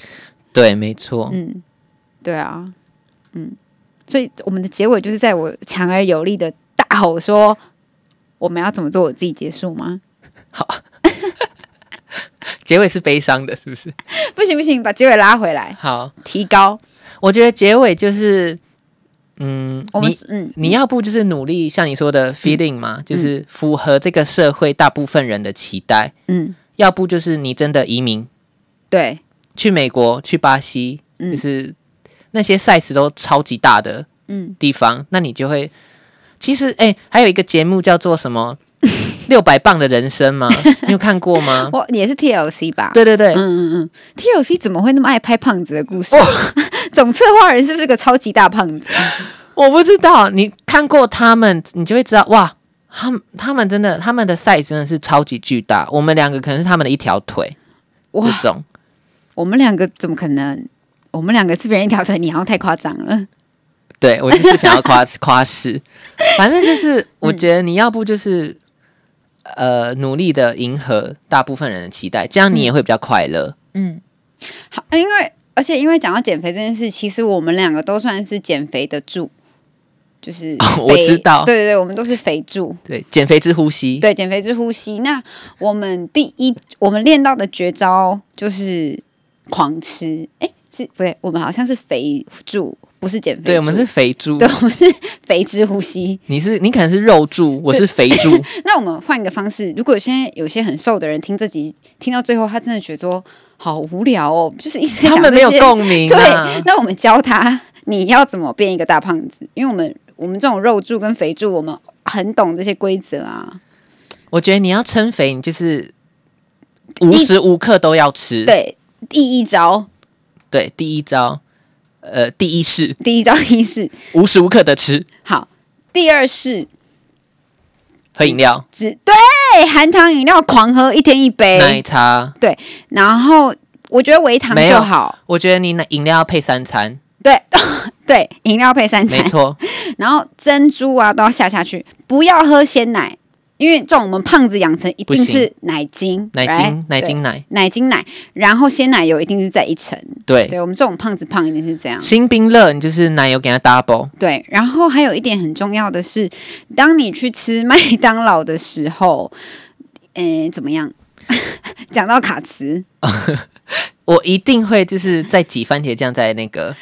S5: 对，没错，
S2: 嗯，对啊，嗯，所以我们的结尾就是在我强而有力的大吼说，我们要怎么做我自己结束吗？
S5: 结尾是悲伤的，是不是？
S2: 不行不行，把结尾拉回来，
S5: 好，
S2: 提高
S5: 我觉得结尾就是，嗯，
S2: 我们
S5: 你
S2: 嗯
S5: 你要不就是努力，像你说的 feeling 嘛，就是符合这个社会大部分人的期待；
S2: 嗯
S5: 要不就是你真的移民
S2: 对
S5: 去美国、去巴西，
S2: 嗯
S5: 就是那些 size 都超级大的
S2: 嗯
S5: 地方，那你就会其实哎、还有一个节目叫做 什么“六百磅的人生”吗？你有看过 吗？
S2: 我也是 TLC 吧？
S5: 嗯对对对，
S2: 嗯嗯嗯，TLC 怎么会那么爱拍胖子的故
S5: 哦
S2: 事？ 总策划人是不是个超级大胖子？
S5: 我不知道，你看过他们，你就会知道哇，他们他们真的他们的 size 真的是超级巨大，我们两个可能是他们的一条腿
S2: 哇
S5: 这种。
S2: 我们两个怎么可能？我们两个是别人一条腿，你好像太夸张了。
S5: 对我就是想要 夸夸饰，反正就是
S2: 嗯
S5: 我觉得你要不就是。呃，努力的迎合大部分人的期待，这样你
S2: 嗯
S5: 也会比较快乐。
S2: 好，因为而且因为讲到减肥这件事，其实我们两个都算是减肥的柱，就是肥
S5: 哦我知道
S2: 对对对，我们都是肥柱，
S5: 对，减肥之呼吸。
S2: 对，减肥之呼吸。那我们第一，我们练到的绝招就是狂吃，哎，是不对，我们好像是肥柱，不是减肥柱，
S5: 对，我们是肥猪
S2: 对，，我们是肥之呼吸。
S5: 你是你可能是肉猪，我是肥猪。
S2: 那我们换一个方式，如果现在有些很瘦的人听这集，听到最后，他真的觉得说好无聊哦，就是一直在
S5: 他
S2: 讲
S5: 们
S2: 这
S5: 没有
S2: 些
S5: 共鸣、啊。
S2: 对，那我们教他你要怎么变一个大胖子，因为我们我们这种肉柱跟肥柱，我们很懂这些规则啊。
S5: 我觉得你要称肥，你就是无时无刻都要吃。
S2: 对，第一招，
S5: 对第一招，呃，第一式
S2: 第一招第一式
S5: 无时无刻的吃，
S2: 好，第二式
S5: 喝饮料、
S2: 只对含糖饮料狂喝，一天一
S5: 奶
S2: 杯，
S5: 茶。
S2: 然后我觉得微糖
S5: 没
S2: 就
S5: 有
S2: 好，
S5: 我觉得你奶饮料要配三餐，
S2: 对对，饮料配 三
S5: 没
S2: 餐，
S5: 错，
S2: 然后珍珠啊都要下下去，不要喝鲜奶。因为这种我们胖子养成一
S5: 不
S2: 定
S5: 行
S2: 是奶精，
S5: 奶
S2: right？
S5: 精、奶
S2: 哎对
S5: 精奶，
S2: 奶精奶，然后鲜奶油一定是在一层。
S5: 对。
S2: 对我们这种胖子胖一定是这样。
S5: 新冰乐，你就是奶油给它 double，
S2: 对，然后还有一点很重要的是，当你去吃麦当劳的时候，诶，怎么样？ 讲到卡词，
S5: 我一定会就是再挤番茄酱在那个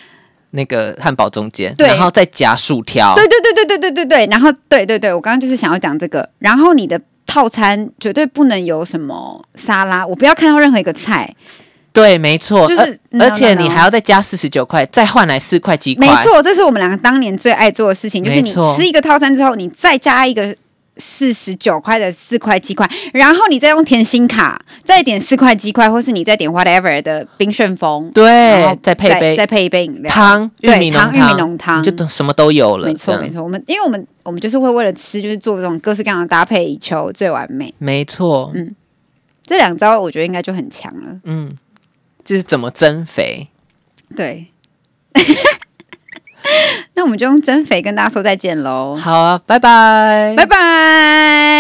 S5: 那个汉堡中间，
S2: 对
S5: 然后再夹薯条，
S2: 对对对对对对对对，然后对对对，我刚刚就是想要讲这个。然后你的套餐绝对不能有什么沙拉，我不要看到任何一个菜，
S5: 对，没错，
S2: 就是
S5: 而
S2: no, no,
S5: 哦而且
S2: no
S5: 你还要再加四十九块，再换来四块鸡块，
S2: 没错，这是我们两个当年最爱做的事情，就是你
S5: 没错
S2: 吃一个套餐之后，你再加一个四十九块的四块鸡块，然后你再用甜心卡再点四块鸡块，或是你再点 whatever 的冰旋风，然
S5: 对
S2: 后，
S5: 再配一杯
S2: 再配一杯饮料
S5: 汤、玉
S2: 对
S5: 米浓
S2: 汤、玉米浓汤，
S5: 你就什么都有了。
S2: 没错
S5: 这样
S2: 没，错。我们因为我们我们就是会为了吃，就是做这种各式各样的搭配，以求最完美。
S5: 没错，
S2: 嗯这两招我觉得应该就很强了，
S5: 嗯，就是怎么增肥。
S2: 对。 那我们就用增肥跟大家说再见喽，
S5: 好啊，拜拜，
S2: 拜拜。